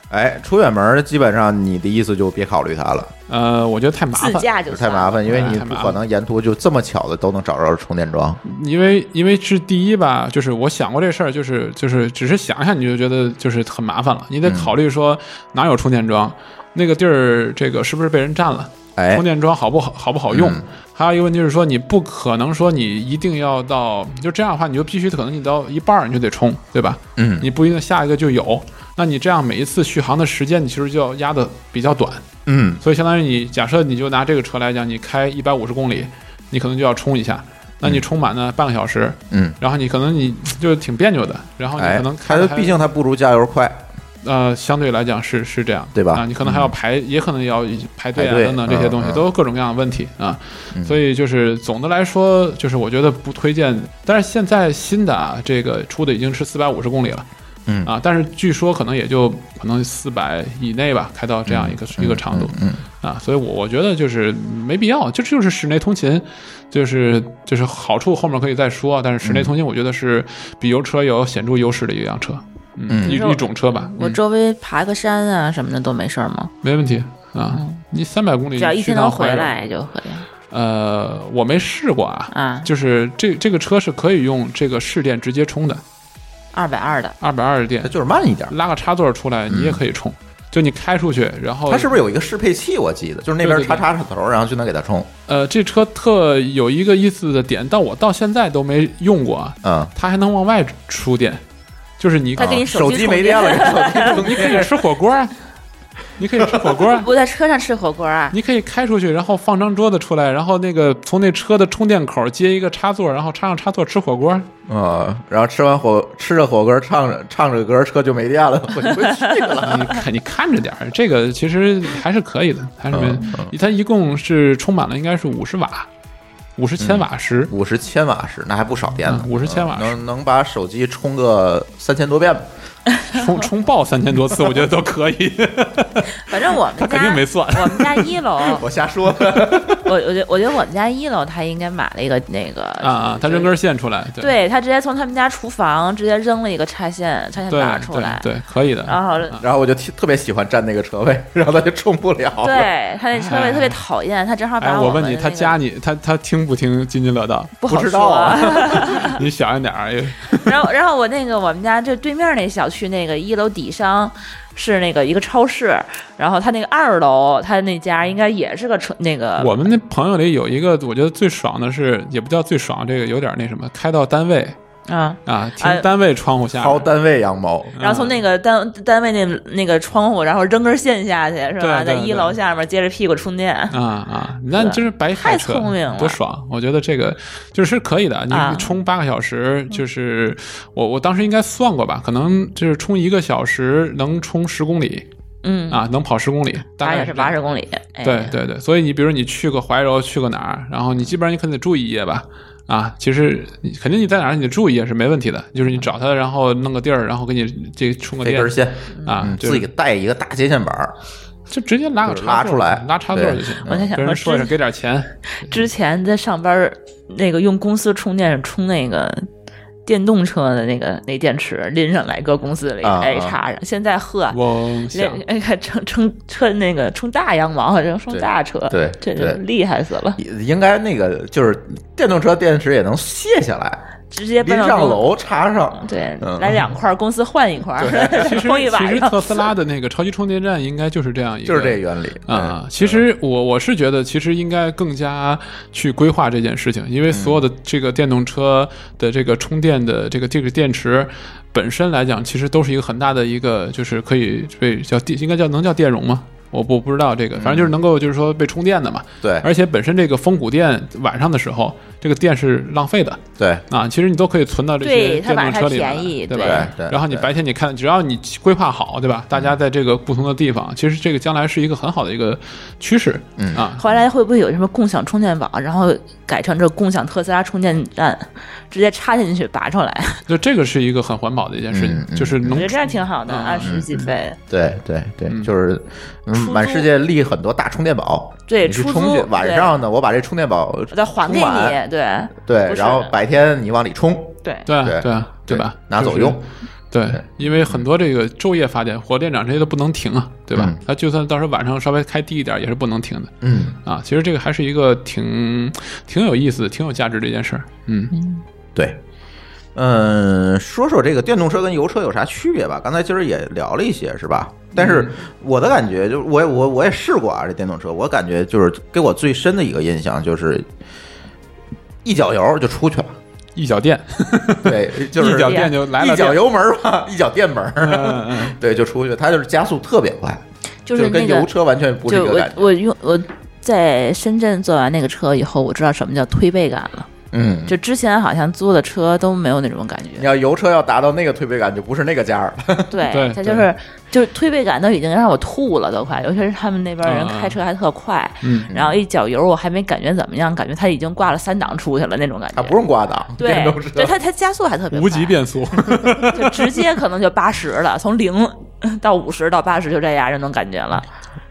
哎，出远门儿基本上你的意思就别考虑它了，呃，我觉得太麻自烦，驾就太麻烦。烦，因为哎你太不麻可烦能沿途就这么巧的都能找着充电桩。因为因为是第一吧，就是我想过这事儿，就是就是只是想想你就觉得就是很麻烦了，你嗯得考虑说哪有充电桩，那个地儿这个是不是被人占了，哎充，电桩好不好好不好用嗯，还有一个问题是说你不可能说你一定要到就这样的话，你就必须可能你到一半儿你就得充，对吧？嗯你不一定下一个就有，那你这样每一次续航的时间你其实就要压的比较短，嗯所以相当于你假设你就拿这个车来讲，你开一百五十公里，你可能就要充一下，那你充满呢半个小时，嗯，然后你可能你就挺别扭的，然后你哎可能，它开就的毕竟它不如加油快。呃相对来讲是是这样，对吧嗯啊，你可能还要排，也可能要排队排啊队等等这些东嗯西，嗯都有各种各样的问题啊嗯。所以就是总的来说，就是我觉得不推荐。但是现在新的啊，这个出的已经是四百五十公里了。嗯啊，但是据说可能也就可能四百以内吧，开到这样一个、一个长度，嗯啊，所以我我觉得就是没必要，就就是室内通勤，就是就是好处后面可以再说，啊但是室内通勤我觉得是比油车有显著优势的一辆车，嗯一一种车吧，我嗯周围爬个山啊什么的都没事儿吗？没问题啊，你三百公里嗯只要一去天趟能怀回柔，来就可以呃，我没试过啊，啊，就是这这个车是可以用这个市电直接充的，二百二的。二百二十它电，就是慢一点儿。拉个插座出来你也可以充，就你开出去，然后嗯它是不是有一个适配器？我记得就是那边插插头，然后就能给它充。呃，这车特有一个意思的点，但我到现在都没用过啊，嗯，它还能往外输电，就是你它给你手手机充没电电了，给手机充你可以吃火锅啊，你可以吃火锅啊，不在车上吃火锅啊？你可以开出去，然后放张桌子出来，然后那个从那车的充电口接一个插座，然后插上插座吃火锅。嗯，然后吃完火吃着火锅，唱着唱着歌，车就没电了，回不去了。 你看你看着点儿，这个其实还是可以的，还是没嗯它一共是充满了应该是五十瓦，五十千瓦时。五十千瓦时，那还不少电呢。嗯50千瓦时能能把手机充个三千多遍吧？充充爆三千多次，我觉得都可以。反正我们家他肯定没算我们家一楼，我瞎说。我我觉我觉得我们家一楼他应该买了一个那个啊啊，他就是扔根线出来，对对他直接从他们家厨房直接扔了一个插线插线对拔出来，对对，啊可以的。然后 然后我就特特别喜欢占那个车位，然后它就充不了了。对他那车哎位特别讨厌，他正好哎，把我们问你，的他那个加你，他他听不听津津乐道？不 好知说道啊。你小一点儿，哎然后然后我那个我们家就对面那小区那个一楼底商。是那个一个超市，然后他那个二楼他那家应该也是个纯那个我们那朋友里有一个，我觉得最爽的是，也不叫最爽，这个有点那什么，开到单位啊。啊，哎停单位窗户下面，薅单位羊毛，嗯然后从那个单单位那那个窗户，然后扔根线下去，是对吧？对在一楼下面接着屁股充电。啊啊，那真是白开车，太聪明了多爽！我觉得这个就是可以的，啊嗯你充八个小时，就是我我当时应该算过吧，可能就是充一个小时能充十公里嗯，啊，能跑十公里，大八概小是时这样八十公里。哎、对对对，所以你比如你去个怀柔，去个哪儿，然后你基本上你可能得住一夜吧。啊，其实你肯定你在哪儿，你得住一夜是没问题的。就是你找他，然后弄个地儿，然后给你这充个这电根线，啊嗯，就自己带一个大接线板儿，就直接拉个就是插拉座出来拉插座对就行。我在想跟说人说一之声，给点 钱。之前在上班儿，那个用公司充电充那个电动车的那个那电池拎上来，搁公司里啊哎啊插上。现在呵，我想那哎还充充车那个充大羊毛，这充大车，对这对就厉害死了，应该那个就是电动车电池也能卸下来，直接拎搬到上公楼插上，对，嗯来两块儿，公司换一块儿， 其实充一其晚实上。特斯拉的那个超 级充电站应该就是这样一个，就是这原理哎啊、其实我我是觉得，其实应该更加去规划这件事情，因为所有的这个电动车的这个充电的这个这个电池本身来讲，其实都是一个很大的一个，就是可以被叫电，应该叫能叫电容吗？我不我不知道这个，反正就是能够就是说被充电的嘛。对而且本身这个风谷电晚上的时候，这个电是浪费的对啊，其实你都可以存到这些对它电动晚上车里来便宜对吧？对嗯对对然后你对白天你看，只要你规划好，对吧？大家在这个不同的地方，其实这个将来是一个很好的一个趋势，嗯啊，回来会不会有什么共享充电宝，然后改成这共享特斯拉充电站，直接插进去拔出来？就这个是一个很环保的一件事嗯情，嗯就是我能觉得这样挺好的，嗯二十几费。对对对，嗯就是嗯出租满世界立很多大充电宝，对你去出充去租，晚对上呢，我把这充电宝我再还给充满你，对对不，是然后白天你往里充，对对啊对对对吧？拿走用，对对，因为很多这个昼夜发电，火电厂这些都不能停啊，对吧嗯？它就算到时候晚上稍微开低一点，也是不能停的嗯，啊。其实这个还是一个挺挺有意思、挺有价值的一件事儿，嗯。对。嗯，说说这个电动车跟油车有啥区别吧？刚才其实也聊了一些，是吧？但嗯是我的感觉就是，我也我我也试过啊，这电动车，我感觉就是给我最深的一个印象就是，一脚油就出去了，一脚电，对， 就是一脚电就来了，一脚油门吧， 一脚电门儿，嗯嗯嗯 对，就出去，它就是加速特别快，就就是跟那油个，车完全不是一就个我感觉。我用我在深圳坐完那个车以后，我知道什么叫推背感了。嗯，就之前好像租的车都没有那种感你觉，要油车要达到那个推背感，就不是那个价儿了。对对，它就对是就是推背感都已经让我吐了，都快。尤其是他们那边人啊开车还特快，嗯然后一脚油我还没感觉怎么样，感觉它已经挂了三档出去了那种感它觉。啊不用挂档，对电动，车对，它它加速还特别快，无极变速，就直接可能就八十了，从零到五十到八十就这样这种感觉嗯了。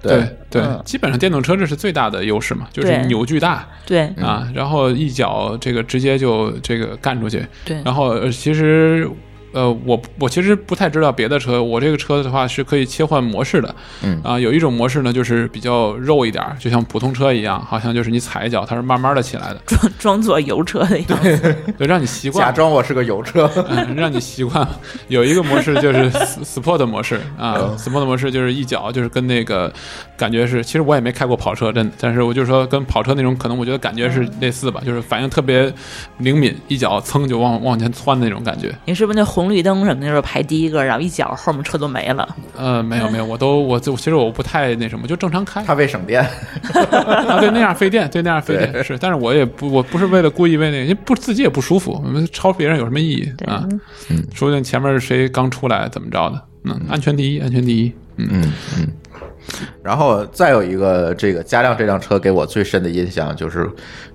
对对嗯，基本上电动车这是最大的优势嘛，就是对嗯扭矩大对啊，然后一脚这个直接就这个干出去，对然后呃其实。呃，我我其实不太知道别的车，我这个车的话是可以切换模式的，嗯啊、有一种模式呢就是比较肉一点儿，就像普通车一样，好像就是你踩一脚它是慢慢的起 来的，嗯装装作油车的样子，对，让你习惯假了，装我是个油车。嗯，让你习惯了。有一个模式就是 s- sport 模式啊，sport 模式就是一脚就是跟那个感觉是，其实我也没开过跑车，真的，但是我就说跟跑车那种可能我觉得感觉是类似吧，就是反应特别灵敏，一脚噌就往往前窜那种感觉。你是不是那红绿灯什么的时候排第一个，然后一脚后面车都没了？呃，没有没有，我都我就其实我不太那什么，就正常开它为省 电，啊，对那样费电，对那样费电是，但是我也不我不是为了故意为那个，因为不自己也不舒服，我们超别人有什么意义啊？说不定前面谁刚出来怎么着的，嗯，安全第一，安全第一，嗯。嗯嗯。然后再有一个，这个嘉亮这辆车给我最深的印象就是，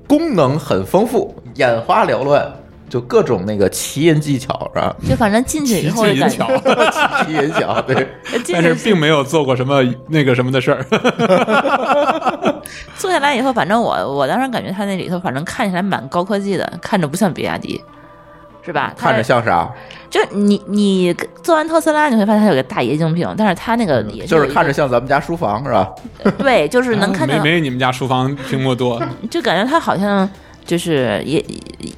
功能很丰富，眼花缭乱，就各种那个奇淫技巧是吧？就反正进去以后就感觉， 奇淫巧，对，进 但是去并没有做过什么那个什么的事儿。坐下来以后，反正我我当时感觉它那里头反正看起来蛮高科技的，看着不像比亚迪。是吧？它看着像啥？就你你坐完特斯拉，你会发现它有个大液晶屏，但是它那嗯个也就是有一看个着像咱们家书房是吧？对，就是能看到没嗯没你们家书房屏幕多。就感觉它好像就是液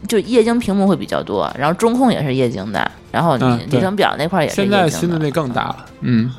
就液晶屏幕会比较多，然后中控也是液晶的，然后你嗯对里程表那块儿也是现液晶在的。新的那更大了，嗯，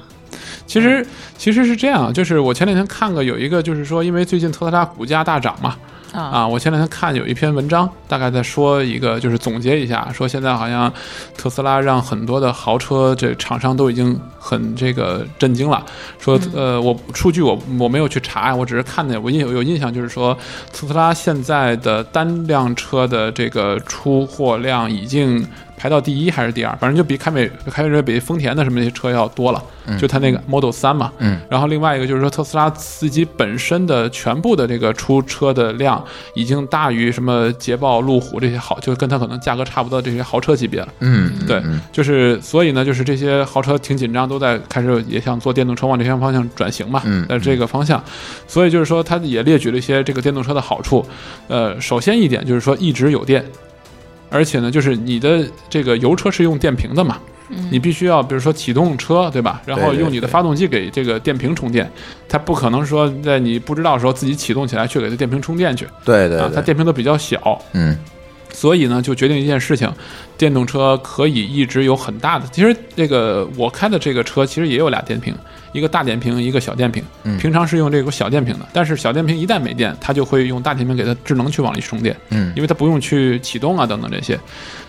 其实其实是这样，就是我前两天看个有一个，就是说因为最近特斯拉股价大涨嘛，啊啊，我前两天看有一篇文章，大概在说一个，就是总结一下，说现在好像特斯拉让很多的豪车这厂商都已经很这个震惊了，说呃，我数据我我没有去查，我只是看的，我印有有印象就是说特斯拉现在的单辆车的这个出货量已经。排到第一还是第二，反正就比凯美、凯美瑞、比丰田的什么那些车要多了，就它那个 Model 三嘛。嗯然后另外一个就是说，特斯拉自己本身的全部的这个出车的量已经大于什么捷豹、路虎这些豪，就是跟它可能价格差不多的这些豪车级别了。嗯，对，就是所以呢，就是这些豪车挺紧张，都在开始也想做电动车往这些方向转型嘛，嗯在这个方向，所以就是说，它也列举了一些这个电动车的好处。呃，首先一点就是说一直有电，而且呢，就是你的这个油车是用电瓶的嘛。你必须要，比如说启动车，对吧？然后对对用你的对发动机给这个电瓶充电，它不可能说在你不知道的时候自己启动起来去给它电瓶充电去对对啊。它对，电瓶都比较小，嗯所以呢，就决定一件事情，电动车可以一直有很大的。其实这个我开的这个车其实也有俩电瓶，一个大电瓶，一个小电瓶。嗯平常是用这个小电瓶的，但是小电瓶一旦没电，它就会用大电瓶给它智能去往里充电，嗯因为它不用去启动啊等等这些。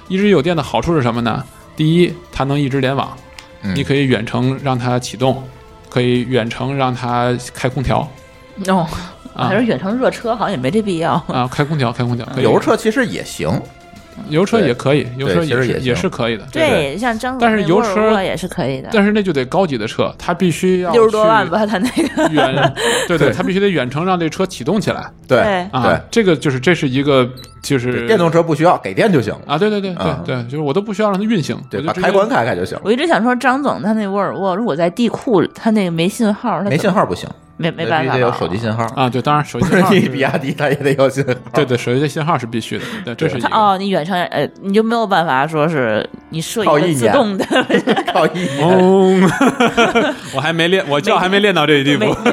一直有电的好处是什么呢？第一，它能一直联网，嗯你可以远程让它启动，可以远程让它开空调哦，啊还是远程热车好像也没这必要。啊，开空调，开空调。可以油车其实也行，油车对也可以，油对车其也实是也行也是可以的。对对像张总但是那油沃尔车沃也是可以的，但是那就得高级的车，它必须要六十多去万吧，他那个。远，对对，对它必须得远程让这车启动起来对对啊对。这个就是这是一个就是电动车不需要给电就行了，啊，对对对啊对对，就是我都不需要让它运行，对，我就把直开接关开开就行了， 我一直想说，张总他那沃尔沃，如果在地库，他那个没信号，他没信，号不行，没没办必须法得有吧手机信号，啊，对，当然手机不信是号你是比啊亚迪它也得有信号，对对，手机的信号是必须的，对，这是一他个。哦，你远程呃，你就没有办法说是你设一靠一个自年 动的，靠一年， 嗡，我还没练，我觉还没练到这一地没步，没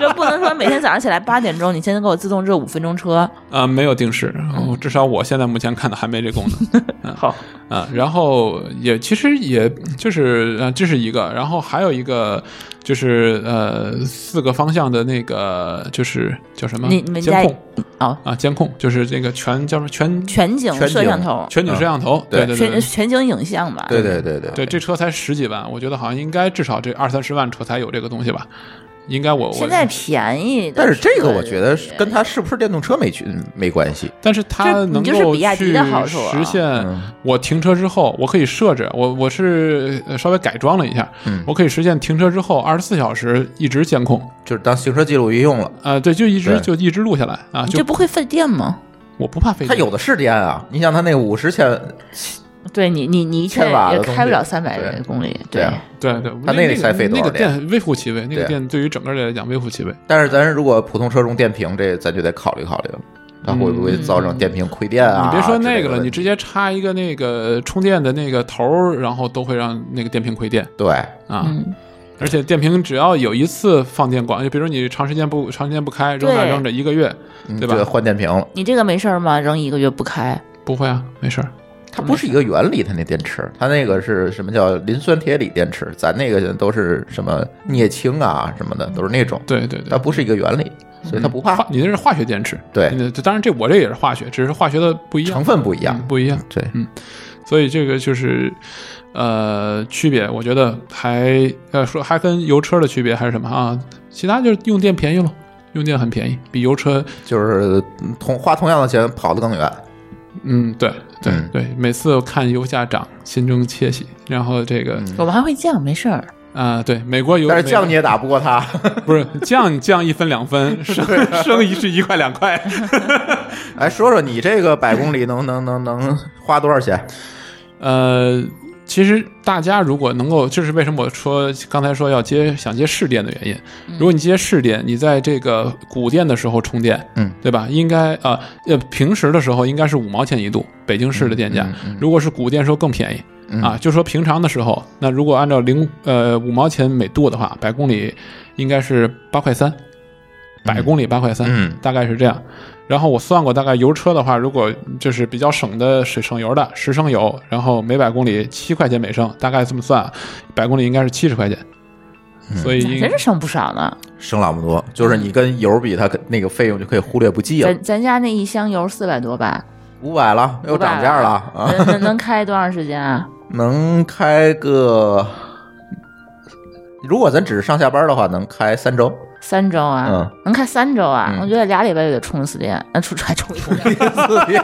就不能说每天早上起来八点钟，你先给我自动热五分钟车。啊，没有定时，哦至少我现在目前看的还没这功能。嗯好，啊，然后也其实也就是呃，这是一个，然后还有一个就是呃，四个方向的那个就是叫什么？你你们嗯监家控哦，啊，监控就是这个全叫什么全全景全摄景像头，全景摄像头？对对全对。全景影像吧？对对对对对，这车才十几万，我觉得好像应该至少这二三十万车才有这个东西吧，应该我我现在便宜的，但是这个我觉得是跟它是不是电动车没去嗯没关系，但是它这能你就是够比亚迪去的好处啊实现嗯我停车之后，我可以设置我我是呃稍微改装了一下，嗯我可以实现停车之后二十四小时一直监控，就是当行车记录仪用了。啊，对，就一直对就一直录下来啊，你就这不会费电吗？我不怕费它电，有的是电啊，你想它那五十千，对你你你一天千瓦的也东开不西了三百对公里，对啊对对，它那那个才费多那少个电电微乎其微，那个对电对于整个来讲微乎其微，但是咱如果普通车用电瓶，这咱就得考虑考虑了，它会不会造成电瓶亏电啊？嗯你别说之那类个了，的你直接插一个那个充电的那个头儿，然后都会让那个电瓶亏电对，啊。嗯，而且电瓶只要有一次放电广，就比如你长时间不长时间不开，扔那儿对扔着一个月，你对吧就换电瓶了，你这个没事儿吗？扔一个月不开，嗯不会啊，没事儿。它不是一个原理，它那电池，它那个是什么叫磷酸铁锂电池？咱那个都是什么镍氢啊什么的，都是那种，对对对，嗯它不是一个原理，所以它不化怕，你那是化学电池，呃对你的当然这我这也是化学，只是化学的不一样，成分不一一样，嗯嗯不一样。对，所以这个就是，呃，区别，我觉得还呃说还跟油车的区别还是什么啊？其他就是用电便宜了，用电很便宜，比油车，就是同花同样的钱跑得更远，嗯，对对、嗯对，每次看油价涨，心中窃喜。然后这个我们还会降，没事儿。啊、对，美国油，嗯但是降你美也打不过它， 不是降降一分两分，升升一是一块两块。哎，说说你这个百公里能能能能花多少钱？呃，其实大家如果能够，这是为什么我说刚才说要接想接试电的原嗯因。如果你接试电，你在这个古电的时候充电，嗯，对吧？应该呃呃，平时的时候应该是五毛钱一度，北京市的电价。嗯嗯嗯如果是古电时候更便宜。嗯啊，就说平常的时候，那如果按照零呃五毛钱每度的话，百公里应该是八块三，百公里八块三，嗯大概是这样。然后我算过，大概油车的话，如果就是比较省的水省油的十升油，然后每百公里七块钱每升，大概这么算啊，百公里应该是七十块钱。所以应真是省不少呢。省老么多，就是你跟油比，它那个费用就可以忽略不计了咱，咱家那一箱油四百多吧，五百了，又涨价了啊，能能能开多长时间啊？能开个。如果咱只是上下班的话，能开三周。三周啊，嗯能开三周啊？嗯我觉得俩礼拜就得充一次电，那充还充一次电。 四天，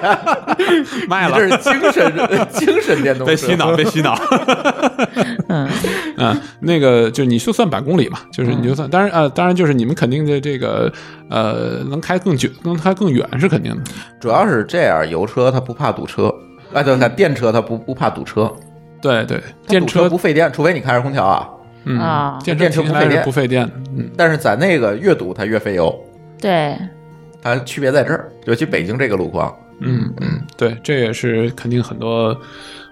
卖你了这。是精 神精神电动车。别洗脑，别洗 脑。嗯，嗯，那个就你就算百公里嘛，就是你就嗯算，当然呃，当然就是你们肯定的这个呃，能开更久，能开更远是肯定的。主要是这样，油车它不怕堵车，哎，对，看电车它不不怕堵车，对对，它电堵车车不费电，除非你开着空调啊。嗯啊，电电车车停不下费来是电不费电的。嗯，但是咱那个越堵它越费油，对，它区别在这儿，尤其北京这个路况，嗯嗯，对，这也是肯定很多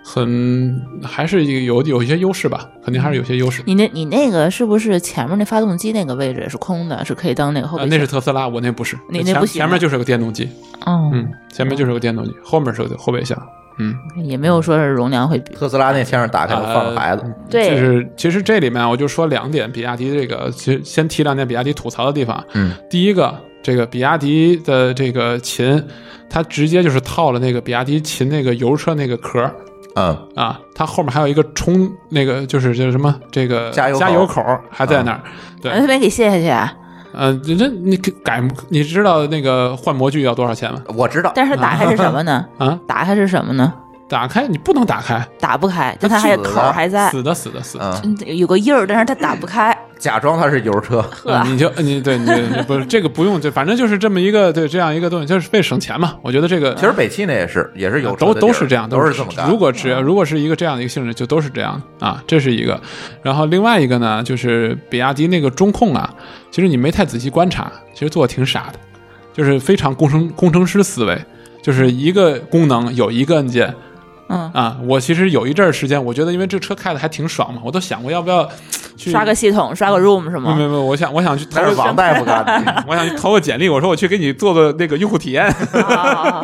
很还是有有一些优势吧，肯定还是有些优势。你那你那个是不是前面那发动机那个位置是空的，是可以当那个后呃备那箱？是特斯拉，我那不是，你嗯那前不行前吗面就是个电动机，哦，嗯，前面就是个电动机，后面是个后备箱，嗯，也没有说是容量会比特斯拉那天上打开了呃放孩子，对就是其实这里面我就说两点，比亚迪这个，其实先提两点比亚迪吐槽的地方。嗯，第一个，这个比亚迪的这个秦，它直接就是套了那个比亚迪秦那个油车那个壳儿嗯，啊，它后面还有一个冲那个就是这什么这个加油口嗯加油口儿还在那儿。对，没给卸下去啊，嗯、这这你改，你知道那个换模具要多少钱吗？我知道，但是打开是什么 呢？啊，打开是什么呢？打开你不能打开，打不开，但它还有死口了儿还在，死的死的死的。嗯，嗯有个印儿，但是它打不开。假装它是油车，呵啊，你就你对你你不是这个不用，就反正就是这么一个对这样一个东西，就是为省钱嘛。我觉得这个嗯其实北汽那也是也是油车都的地儿都是这样，嗯都是是这么干。如果只要如果是一个这样的一个性质，就都是这样啊，这是一个。然后另外一个呢，就是比亚迪那个中控啊，其实你没太仔细观察，其实做的挺傻的，就是非常工程工程师思维，就是一个功能有一个按键。嗯啊，我其实有一阵儿时间，我觉得因为这车开的还挺爽嘛，我都想过要不要去刷个系统，刷个嗯 room 是没吗？没没，我想我想去投那是个王大夫干的，我想去投个简历，我说我去给你做个那个用户体验， 啊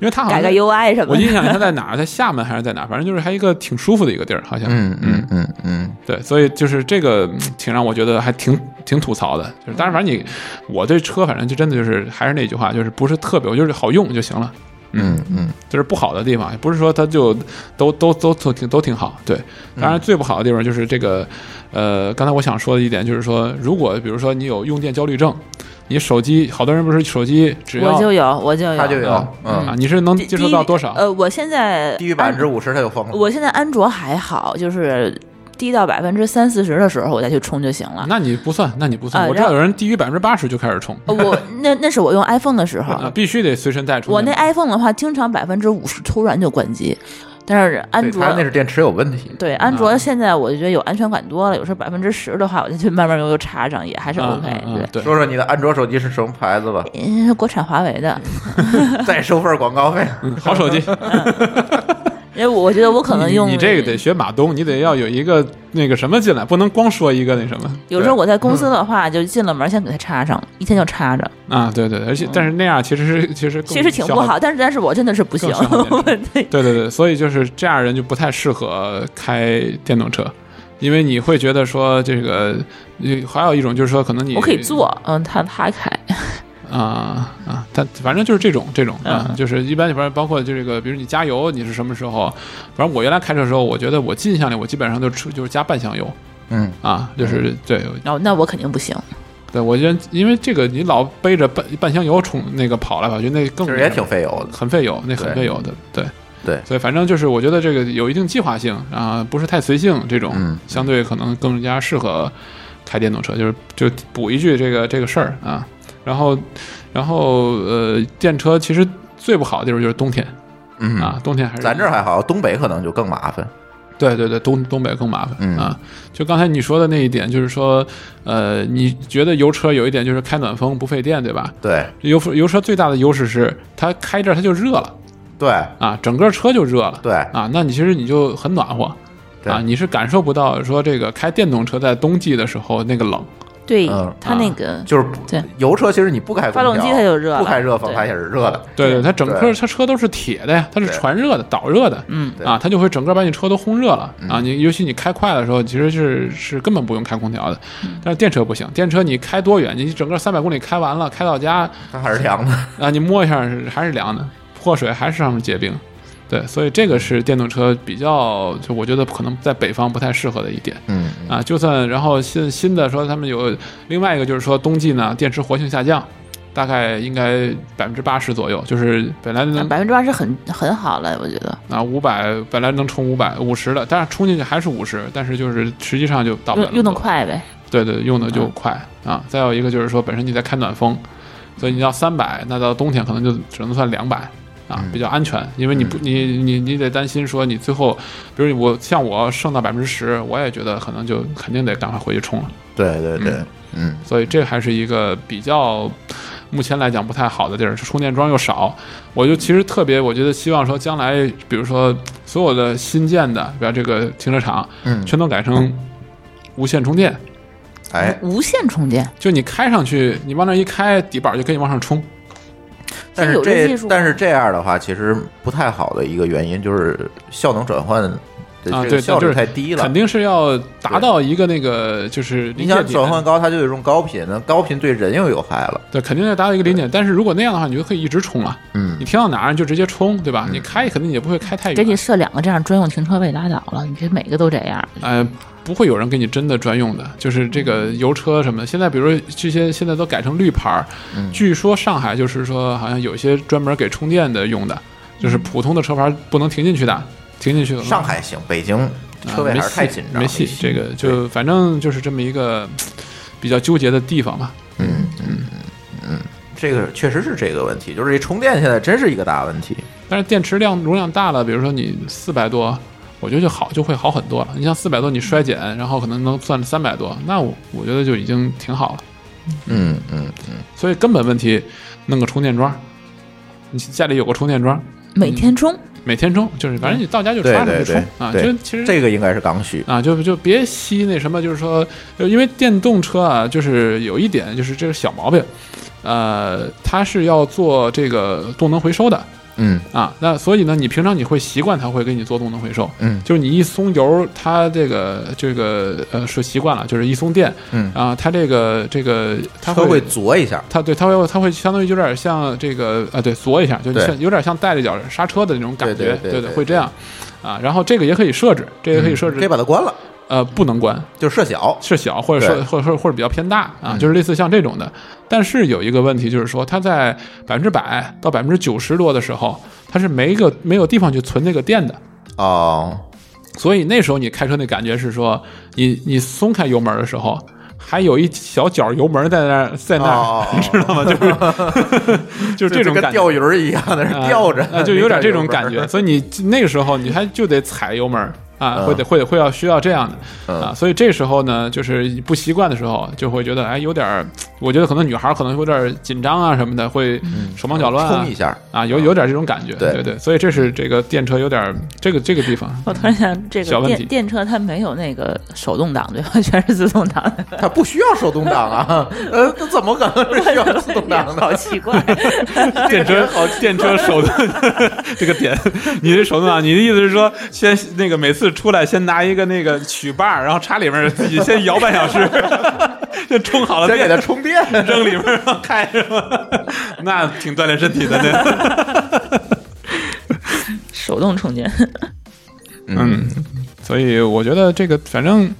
因为 他好改像个 UI 什么嗯我的。印象里他在哪儿，在厦门还是在哪儿，反正就是还一个挺舒服的一个地儿，好像。 嗯嗯嗯嗯，对，所以就是这个嗯挺让我觉得还挺挺吐槽的，就是当然反正你我对车反正就真的就是还是那句话，就是不是特别，我就是好用就行了。嗯嗯，就是不好的地方，也不是说它就都都都都挺都挺好。对，嗯当然最不好的地方就是这个，呃，刚才我想说的一点就是说，如果比如说你有用电焦虑症，你手机好多人不是手机只要我就有，我就有，他就有啊，嗯，啊，你是能低接受到多少？呃，我现在低于百分之五十它就疯了。我现在安卓还好，就是低到百分之三四十的时候，我再去充就行了。那你不算，那你不算。啊呃我知道然后有人低于百分之八十就开始充，呃我那那是我用 iPhone 的 时啊候，必须得随身带充我电那宝。 iPhone 的话，经常百分之五十突然就关机，但是安对卓它那是电池有问题，对安啊卓现在我就觉得有安全感多了，有时候百分之十的话，我就去慢慢悠悠插上，也还是 OK、嗯嗯嗯对，说说你的安卓手机是什么牌子吧，对，嗯，国产华为的， 再收份广告费。好手机。因为我觉得我 可能你用你这个得学马东，你得要有一个那个什么进来，不能光说一个那什么有时候我在嗯公司的话，就进了门先给它插上，一天就插着，啊。对对，对而且但是那样其实是其实更嗯其实挺消不耗好，但是但是我真的是不行更消耗电，对对对对，所以就是这样人就不太适合开电动车，因为你会觉得说这个，你还有一种就是说可能你我可以坐，嗯，他他开，啊啊，但反正就是这种这种啊，嗯就是一般里边包括这个，比如你加油你是什么时候，反正我原来开车的时候，我觉得我印象里我基本上就出就是加半箱油嗯，啊，就是对哦，那我肯定不行，对，我觉得因为这个你老背着半半箱油冲那个跑来跑去，那更其实也挺费油的。很费油，那很费油的，对对所以反正就是我觉得这个有一定计划性啊，不是太随性，这种、嗯相对可能更加适合开电动车，就是就补一句这个这个事儿啊。然后，然后呃，电车其实最不好的地方就是冬天嗯啊，冬天还是咱这儿还好，东北可能就更麻烦。对对对，东东北更麻烦、嗯啊。就刚才你说的那一点，就是说，呃，你觉得油车有一点就是开暖风不费电，对吧？对油油车最大的优势是它开这儿它就热了对啊，整个车就热了。对啊，那你其实你就很暖和对啊，你是感受不到说这个开电动车在冬季的时候那个冷对嗯，它那个就是对油车，其实你不开空调发动机它就热了不开热风对它也是热的。对对，它整个对它车都是铁的呀，它是对传热的、导热的，嗯对嗯啊，它就会整个把你车都烘热了啊。你尤其你开快的时候，其实是是根本不用开空调的，但是电车不行，电车你开多远，你整个三百公里开完了，开到家它还是凉的。啊，你摸一下是还是凉的，泼水还是上面结冰。对，所以这个是电动车比较，就我觉得可能在北方不太适合的一点。嗯，啊，就算然后新新的说他们有另外一个就是说冬季呢电池活性下降，大概应该百分之八十左右，就是本来能百分之八十很很好了，我觉得。啊五百本来能充五百五十的，但是充进去还是五十，但是就是实际上就到不了用那用的么多，快嗯呗，对对，用的就快啊。再有一个就是说本身你在开暖风，所以你要三百，那到冬天可能就只能算两百。啊，比较安全，因为你不，你你你得担心说你最后，比如我像我剩到百分之十，我也觉得可能就肯定得赶快回去充了。对对对，嗯所以这还是一个比较目前来讲不太好的地儿，充电桩又少。我就其实特别，我觉得希望说将来，比如说所有的新建的，比方这个停车场，嗯，全都改成无线充电，哎，无线充电，就你开上去，你往那一开，底板就可以往上冲。但有是这这技术吗啊但是这样的话，其实不太好的一个原因就是效能转换的啊这对个效就率是太低了。肯定是要达到一个那个就是你临界想点转，换高，它就得用高频，那高频对人又有害了。对，肯定要达到一个临界点。但是如果那样的话，你就可以一直充啊，嗯你，停到哪儿你就直接充，对吧？你开肯定也不会开太远。给你设两个这样专用停车位拉倒了，你这每个都这样，呃，不会有人给你真的专用的，就是这个油车什么的。现在比如说这些现在都改成绿牌儿，嗯据说上海就是说好像有一些专门给充电的嗯用的，就是普通的车牌儿不能停进去的，停进去可能上海行，北京啊车位还是太紧张了，没戏。没戏，这个就反正就是这么一个比较纠结的地方吧。嗯嗯嗯嗯，这个确实是这个问题，就是这充电现在真是一个大问题。但是电池量容量大了，比如说你四百多。我觉得就好，就会好很多了。你像四百多，你衰减，然后可能能算三百多，那我我觉得就已经挺好了。嗯嗯，所以根本问题，弄个充电桩，你家里有个充电桩，每天充。每天充，就是反正你到家就对插上对就充对啊，就对，其实这个应该是刚需。啊，就就别吸那什么，就是说，呃因为电动车啊，就是有一点就是这个小毛病，呃，它是要做这个动能回收的嗯啊，那所以呢，你平常你会习惯它会给你做动能回收，嗯就是你一松油，它这个这个呃说习惯了，就是一松电嗯，啊，它这个这个它车会左一下。它对它会它会相当于有点像这个啊，对，缩一下，就对像有点像带着脚刹车的那种感觉，对对对对会这样啊。然后这个也可以设置，这个也可以设置，嗯可以把它关了，呃不能关，就设小。是小或者说对或者或者或者比较偏大啊，嗯就是类似像这种的。但是有一个问题就是说，它在百分之百到百分之九十多的时候，它是没一个没有地方去存那个电的。 哦，所以那时候你开车那感觉是说，你你松开油门的时候，还有一小脚油门在那儿在那儿，哦你知道吗？ 就是就是这种跟感觉。钓鱼儿一样的，啊钓着啊，就有点这种感觉。没钓着所以你那个时候你还就得踩油门儿啊，嗯会得会会要需要这样的嗯啊，所以这时候呢，就是不习惯的时候，就会觉得哎有点儿，我觉得可能女孩儿可能有点儿紧张啊什么的，会手忙脚乱啊嗯冲一下，嗯啊，有有点儿这种感觉，对对对，所以这是这个电车有点儿这个这个地方，我突然想，这小问个电题电车它没有那个手动挡，对吧？ 全是自动挡的， 它不需要手动挡 啊，呃，它怎么可能是需要自动挡 好呢？奇怪。 电车好，电车手动这个点，你这手动挡，你的意思是说，先那个每次出来先拿一个那个曲把儿，然后插里面儿自己先摇半小时， 就充好了先给电它，充电，扔里面儿然后开是吧？ 那挺锻炼身体的呢。手动充电，嗯，所以我觉得这个反正。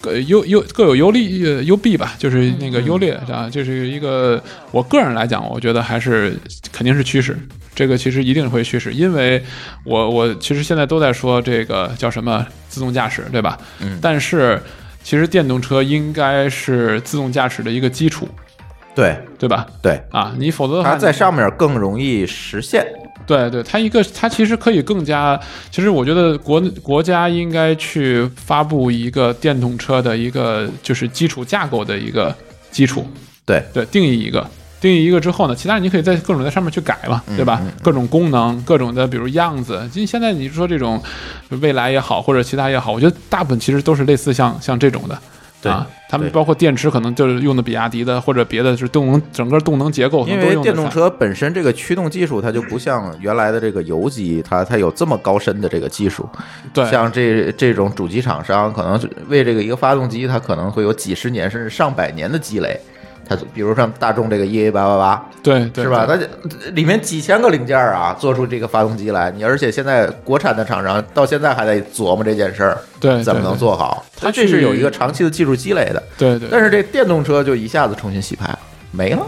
各优优各有优利呃优弊吧，就是那个优劣啊，这是一个我个人来讲，我觉得还是肯定是趋势，这个其实一定会趋势，因为我我其实现在都在说这个叫什么自动驾驶，对吧？嗯，但是其实电动车应该是自动驾驶的一个基础， 对对吧？对，啊，你否则的话它在你上面更容易实现。对对，它一个它其实可以更加，其实我觉得国国家应该去发布一个电动车的一个就是基础架构的一个基础，对对，定义一个。定义一个之后呢，其他你可以在各种在上面去改嘛，嗯对吧？各种功能，各种的，比如样子。因为现在呃你说这种未来也好，或者其他也好，我觉得大部分其实都是类似像像这种的对啊，他们对包括电池可能就是用的比亚迪的或者别的，是动能整个动能结构可因能都为用的电动车本身这个驱动技术，它就不像原来的这个油机，它它有这么高深的这个技术。对像这这种主机厂商，可能是为这个一个发动机，它可能会有几十年甚至上百年的积累。它比如像大众这个 EA 八八八，对对是吧？它对这里面几千个零件儿啊，做出这个发动机来。你而且现在国产的厂商到现在还在琢磨这件事儿，对怎么能？做好？它这是去有一个长期的技术积累的。对对对但是这电动车就一下子重新洗牌，没了，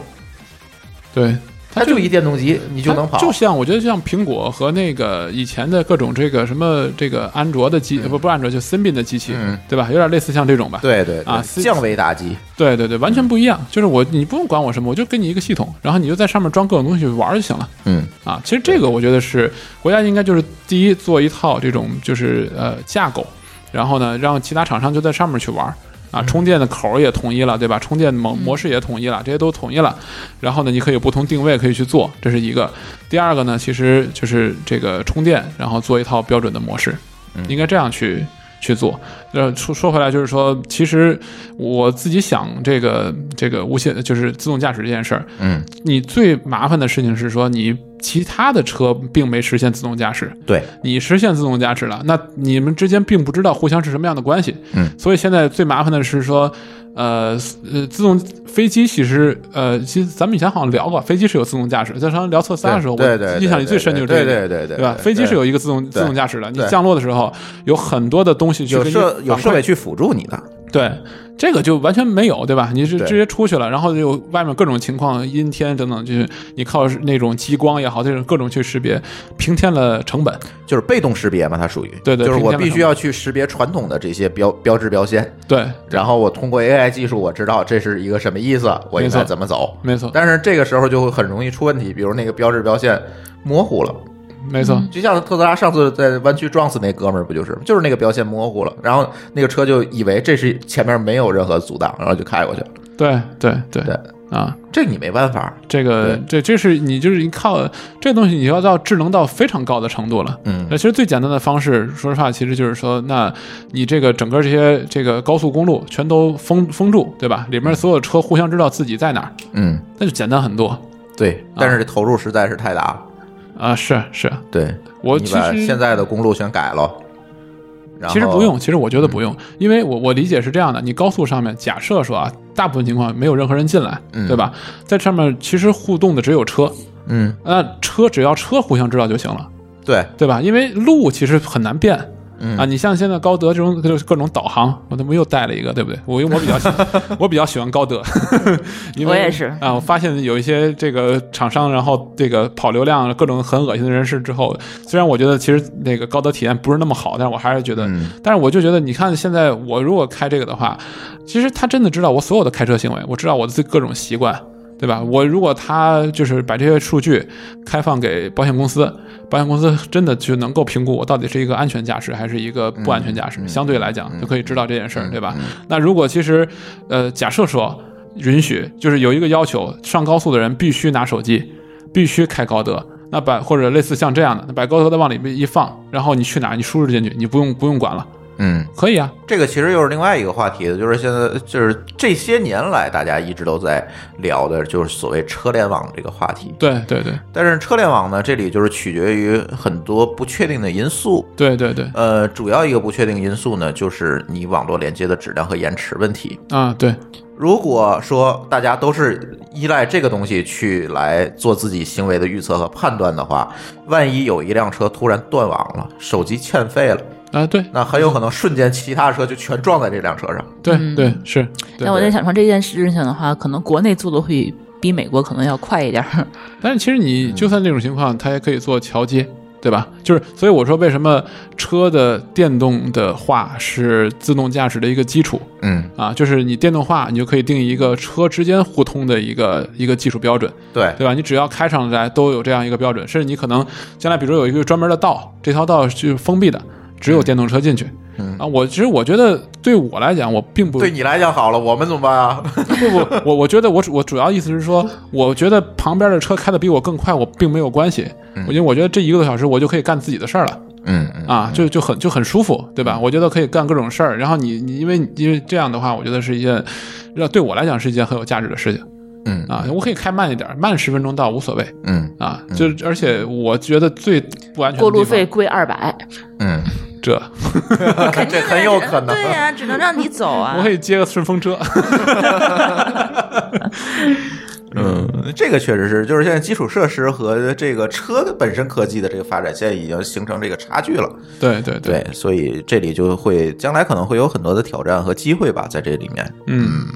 对，它就一电动机，你就能跑。它就像我觉得像苹果和那个以前的各种这个什么这个安卓的机，呃不不是安卓就 Symbian 的机器嗯，对吧？有点类似像这种吧？对嗯对对啊是降维打击，对对对，完全不一样。就是我你不用管我什么，我就给你一个系统，然后你就在上面装各种东西玩儿就行了。嗯，啊，其实这个我觉得是国家应该就是第一做一套这种就是呃架构，然后呢让其他厂商就在上面去玩儿啊，充电的口儿也统一了，对吧？充电模模式也统一了，这些都统一了。然后呢，你可以有不同定位可以去做，这是一个。第二个呢，其实就是这个充电，然后做一套标准的模式，应该这样去。去做，呃，说说回来，就是说，其实我自己想这个这个无线就是自动驾驶这件事儿，嗯，你最麻烦的事情是说，你其他的车并没实现自动驾驶，对，你实现自动驾驶了，那你们之间并不知道互相是什么样的关系。嗯所以现在最麻烦的是说，呃呃，自动飞机其实呃，其实咱们以前好像聊过，飞机是有自动驾驶。在上聊测三的时候，对对对我对印象里最深就是这对个，对对对对吧？飞机是有一个自动自对动驾驶的，你对降落的时候有很多的东西去有给你设有反馈设备去辅助你的，对，这个就完全没有，对吧？你是对直接出去了，然后就外面各种情况，阴天等等，就是你靠那种激光也好，这种各种去识别，平添了成本。就是被动识别嘛，它属于，对对就是我平面的必须要去识别传统的这些标标志标签，对，然后我通过 AI 技术，我知道这是一个什么意思，我应该没错怎么走。没错，但是这个时候就会很容易出问题，比如那个标志标线模糊了，没错，就像特斯拉上次在湾区撞死那哥们儿不就是吗，就是那个标线模糊了，然后那个车就以为这是前面没有任何阻挡，然后就开过去了。对对对对啊，这你没办法，这个这这是你就是你靠这东西，你要到智能到非常高的程度了。嗯那其实最简单的方式，说实话，其实就是说，那你这个整个这些这个高速公路全都封封住，对吧？里面所有车互相知道自己在哪儿，嗯，那就简单很多。对。但是这投入实在是太大了，啊，是是，对。我你其把实现在的公路全改了，然后嗯其实不用，，其实我觉得不用，因为我我理解是这样的：你高速上面，假设说啊，大部分情况没有任何人进来，嗯对吧？在上面其实互动的只有车，嗯，那车只要车互相知道就行了，对，对吧？因为路其实很难变。嗯啊，你像现在高德这种就是各种导航，我他妈又带了一个，对不对？我我比 较喜我比较喜欢高德， 因为我也是啊。我发现有一些这个厂商，然后这个跑流量各种很恶心的人士之后，虽然我觉得其实那个高德体验不是那么好，但是我还是觉得嗯，但是我就觉得，你看现在我如果开这个的话，其实他真的知道我所有的开车行为，我知道我的各种习惯，对吧？我如果他就是把这些数据开放给保险公司，保险公司真的就能够评估我到底是一个安全驾驶还是一个不安全驾驶，嗯嗯相对来讲嗯就可以知道这件事儿，对吧？嗯？那如果其实，呃，假设说允许，就是有一个要求，上高速的人必须拿手机，必须开高德。那把或者类似像这样的，那把高德再往里面一放，然后你去哪儿，你输入进去，你不用不用管了，嗯，可以啊，这个其实又是另外一个话题的，就是现在就是这些年来大家一直都在聊的，就是所谓车联网这个话题。对对对但是车联网呢，这里就是取决于很多不确定的因素。对对对，呃，主要一个不确定因素呢，就是你网络连接的质量和延迟问题。啊对如果说大家都是依赖这个东西去来做自己行为的预测和判断的话，万一有一辆车突然断网了，手机欠费了，啊对那很有可能瞬间其他车就全撞在这辆车上。对嗯对是，对那我在想说这件事情的话，可能国内做的会比美国可能要快一点儿。 但是其实嗯你就算这种情况，它也可以做桥接。对吧？就是，所以我说，为什么车的电动的话是自动驾驶的一个基础？嗯，啊，就是你电动化，你就可以定一个车之间互通的一个一个技术标准，对，对吧？你只要开上来都有这样一个标准，甚至你可能将来比如有一个专门的道，这条道是封闭的，只有电动车进去。嗯啊，我其实我觉得对我来讲，我并不对你来讲好了，我们怎么办啊？不不，我我觉得我主我主要意思是说，我觉得旁边的车开的比我更快，我并没有关系，我因为我觉得这一个多小时我就可以干自己的事儿了。嗯嗯啊，就就很就很舒服，对吧？我觉得可以干各种事儿。然后你你因为你因为这样的话，我觉得是一件，让对我来讲是一件很有价值的事情嗯啊。我可以开慢一点，慢十分钟到无所谓嗯啊。就而且我觉得最不安全的过路地方费贵二百，嗯，这，肯定 这很有可能对呀、只能让你走啊我。可以接个顺风车。 嗯，这个确实是，就是现在基础设施和这个车本身科技的这个发展，现在已经形成这个差距了。对对对，所以这里就会将来可能会有很多的挑战和机会吧，在这里面。嗯，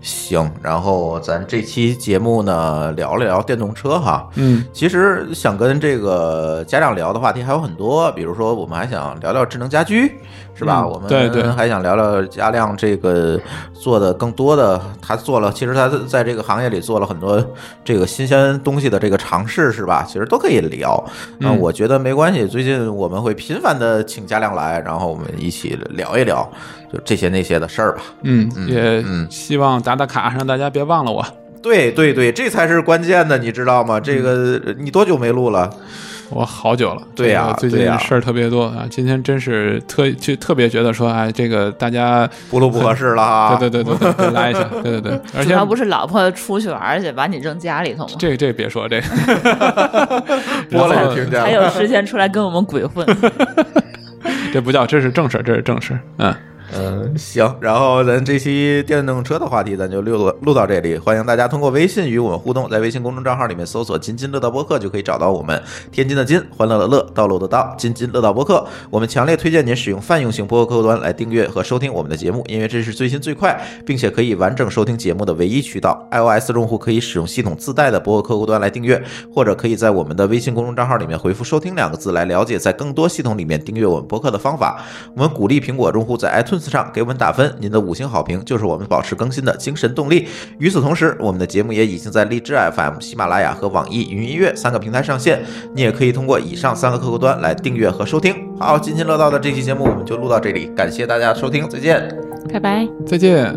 行，然后咱这期节目呢，聊了聊电动车哈。嗯，其实想跟这个家长聊的话题还有很多，比如说我们还想聊聊智能家居，是吧？嗯我们对对还想聊聊家亮这个做的更多的，他做了，其实他在这个行业里做了很多这个新鲜东西的这个尝试，是吧？其实都可以聊。那、嗯我觉得没关系，最近我们会频繁的请家亮来，然后我们一起聊一聊就这些那些的事儿吧。嗯，嗯也嗯希望打打卡，让大家别忘了我。对对对，这才是关键的，你知道吗？这个呃你多久没录了？我好久了，对呀这个最对呀近事儿特别多啊。今天真是特就特别觉得说，哎，这个大家，不录不合适了啊！ 对对对对对，来 一下，对对对，而主且要不是老婆出去玩儿去，把你扔家里头吗？这这别说这个， 播了然也后听见还了。有时间出来跟我们 鬼混，这不叫，这是正事儿，这是正事儿。嗯，嗯，行，然后咱这期电动车的话题咱就录录到这里，欢迎大家通过微信与我们互动，在微信公众账号里面搜索“津津乐道播客”就可以找到我们。天津的津，欢乐的乐，道路的道，津津乐道播客。我们强烈推荐您使用泛用型播客客户端来订阅和收听我们的节目，因为这是最新最快，并且可以完整收听节目的唯一渠道。iOS 用户可以使用系统自带的播客客户端来订阅，或者可以在我们的微信公众账号里面回复“收听”两个字来了解在更多系统里面订阅我们播客的方法。我们鼓励苹果用户在 iTunes 上给我们打分，您的五星好评就是我们保持更新的精神动力。与此同时，我们的节目也已经在荔枝 FM、喜马拉雅和网易云音乐三个平台上线，你也可以通过以上三个客户端来订阅和收听。好，津津乐道的这期节目我们就录到这里，感谢大家收听，再见。拜拜。再见。